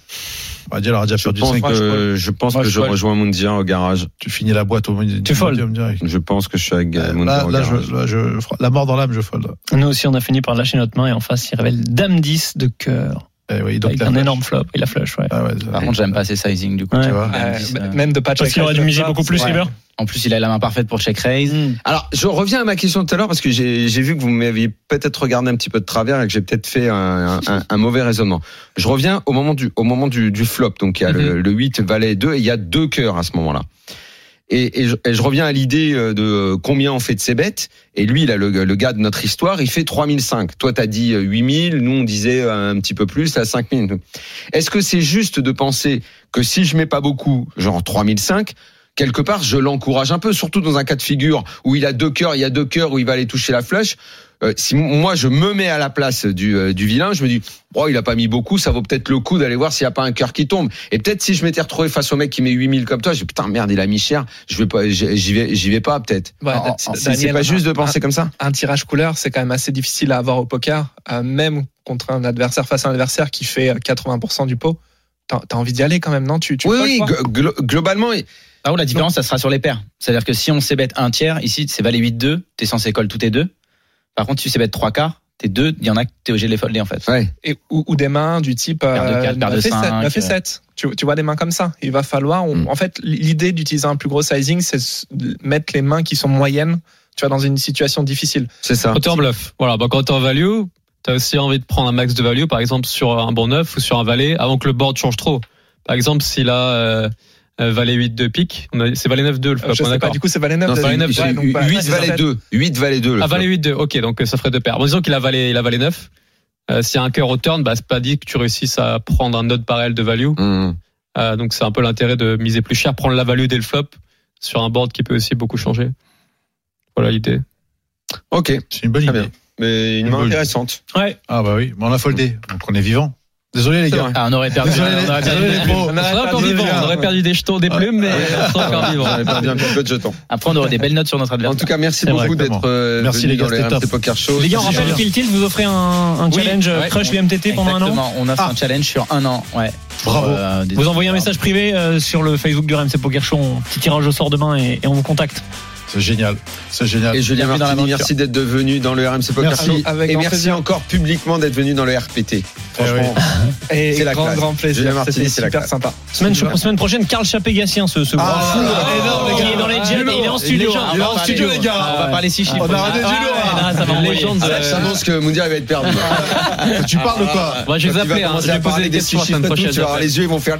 S2: Bah, Daniel aura déjà perdu 5
S1: que, Je pense que je rejoins Mundia au garage.
S2: Tu finis la boîte au
S8: Tu folles
S1: Je pense que je suis avec
S2: Mundia. Euh, Là, je, la mort dans l'âme, je folle.
S8: Nous aussi, on a fini par lâcher notre main et en face, il révèle Dame 10 de cœur.
S2: Eh oui, donc
S8: avec un énorme flop et la flush. Ouais.
S4: Ah ouais, Par contre, j'aime pas ses sizing du coup.
S8: Ouais.
S4: Tu vois,
S8: euh,
S7: 10, euh... Même de pas
S8: Parce qu'il aurait dû miser beaucoup plus, River.
S4: En plus, il a la main parfaite pour check raise.
S2: Hmm.
S4: Mm.
S1: Alors, je reviens à ma question tout à l'heure parce que j'ai vu que vous m'aviez peut-être regardé un petit peu de travers et que j'ai peut-être fait un, un, un, mauvais raisonnement. Je reviens au moment du, au moment du, du flop. Donc, il y a mm -hmm. le, le, 8, valet 2 et il y a deux cœurs à ce moment-là. Et, et, je, et, je, reviens à l'idée euh, de combien on fait de ces bêtes. Et lui, là, le, le gars de notre histoire, il fait 3005. Toi, t'as dit 8000. Nous, on disait euh, un petit peu plus, à 5000. Est-ce que c'est juste de penser que si je mets pas beaucoup, genre 3005, quelque part, je l'encourage un peu, surtout dans un cas de figure où il a deux cœurs, il y a deux cœurs où il va aller toucher la flèche. Euh, si moi je me mets à la place du, euh, du vilain, je me dis, oh, il a pas mis beaucoup, ça vaut peut-être le coup d'aller voir s'il n'y a pas un cœur qui tombe. Et peut-être si je m'étais retrouvé face au mec qui met 8000 comme toi, j'ai putain merde, il a mis cher, je vais pas, j'y vais, j'y vais pas peut-être. Ah,
S7: Ouais, ah,
S1: c'est pas juste de penser
S7: un,
S1: comme ça.
S7: Un tirage couleur, c'est quand même assez difficile à avoir au poker, euh, même contre un adversaire face à un adversaire qui fait euh, 80% du pot. T'as as envie d'y aller quand même, non tu, tu
S1: Oui, oui glo globalement.
S4: Là où Ah la différence, ça sera sur les paires. C'est-à-dire que si on s'ébête un tiers, ici, c'est valet 8-2, t'es censé coller tous tes deux. Par contre, si tu s'ébêtes trois quarts, tes deux, il y en a que t'es obligé de les folder, en fait.
S1: Ouais.
S7: Et, ou, ou, des mains du type. euh, bah,
S4: Paire de 4, paire de 5.
S7: fait 7. Tu, tu, vois des mains comme ça. Il va falloir. On, mm. En fait, l'idée d'utiliser un plus gros sizing, c'est mettre les mains qui sont moyennes, tu vois, dans une situation difficile.
S1: C'est ça.
S3: Quand t'es en bluff. Voilà. Bah, quand t'es en value, t'as aussi envie de prendre un max de value, par exemple, sur un bon neuf ou sur un valet, avant que le board change trop. Par exemple, s'il a. Euh, euh, valet 8 de pique. C'est valet 9 2 le flop.
S7: Je sais pas, du coup, c'est valet 9
S1: non, valet 9 2. Ouais, 8, 8 valet 2. 8 valet 2.
S3: Ah, valet 8 2. Ok, donc ça ferait deux paires. Bon, disons qu'il a valet, il a valet 9. Euh, S'il y a un cœur au turn, bah, c'est pas dit que tu réussisses à prendre un autre parallèle de value.
S1: Mmh.
S3: Euh, donc c'est un peu l'intérêt de miser plus cher, prendre la value dès le flop sur un board qui peut aussi beaucoup changer. Voilà l'idée.
S1: Ok.
S2: C'est une bonne idée.
S1: Mais une, une main intéressante.
S3: Ouais.
S2: Ah, bah oui, mais on a foldé. Donc on est vivant. Désolé les gars.
S4: Ah, on aurait perdu.
S2: Désolé,
S4: on aurait perdu,
S2: les
S3: on aurait encore vivant. On aurait perdu des jetons, des plumes, mais on serait encore vivant.
S1: On aurait perdu un peu de jetons.
S4: Après, on aurait des belles notes sur notre adversaire.
S1: En tout cas, merci beaucoup d'être. Euh,
S2: merci les gars,
S1: c'était top. Poker show.
S8: Les gars, on rappelle qu'Il Tilt vous offrait un, un challenge
S3: euh,
S4: oui,
S8: crush ouais, BMTT pendant un an.
S4: Exactement. On a fait ah. un challenge sur un an. Ouais.
S2: Bravo. Euh,
S8: vous envoyez un message privé euh, sur le Facebook du RMC Poker Show. On petit tirage au sort demain et, et on vous contacte.
S2: C'est génial. C'est génial.
S1: Et Julien Martini, merci d'être devenu dans le RMC Poker
S2: merci.
S1: Show. Avec et merci plaisir. encore publiquement d'être venu dans le RPT. Franchement,
S7: oui. c'est la grand, classe. grand plaisir.
S1: Julien Martini, c'est
S7: super
S1: la
S7: sympa.
S8: Semaine, semaine prochaine, Karl Chapégassien, ce, ce
S2: ah,
S8: fou. Ah, il est dans les jets, il est en studio.
S2: Il est en studio, les gars.
S4: On va parler six chiffres.
S2: On a raté du
S8: lourd.
S1: Ça annonce que Moundir va être perdu.
S2: Tu parles de quoi
S8: Moi, je vais appeler. Je vais poser des questions la semaine prochaine.
S1: Tu vas les yeux, ils vont faire.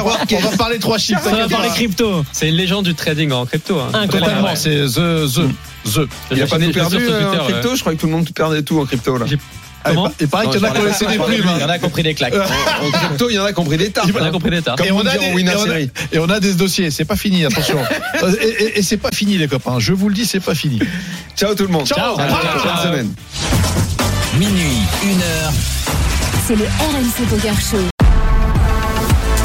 S2: On va parler trois chiffres.
S8: On va parler crypto.
S3: C'est une légende du trading en crypto.
S8: Hein. Totalement,
S2: c'est The, The, The.
S1: Il n'y a pas tout perdu en crypto Je croyais que tout le monde perdait tout en crypto là.
S8: Comment
S2: et pareil qu'il y en a qui ont laissé des plumes.
S4: Il y en
S3: hein.
S4: a qui ont pris des claques.
S1: en crypto, il y en a qui ont pris des tartes.
S8: Il y en a qui ont pris des tartes.
S2: Et on, a des, et, on a, des dossiers. C'est pas fini, attention. et et, c'est pas fini, les copains. Je vous le dis, c'est pas fini.
S1: Ciao tout le monde.
S2: Ciao.
S1: Bonne semaine.
S5: Minuit, une heure.
S6: C'est le RMC Poker Show.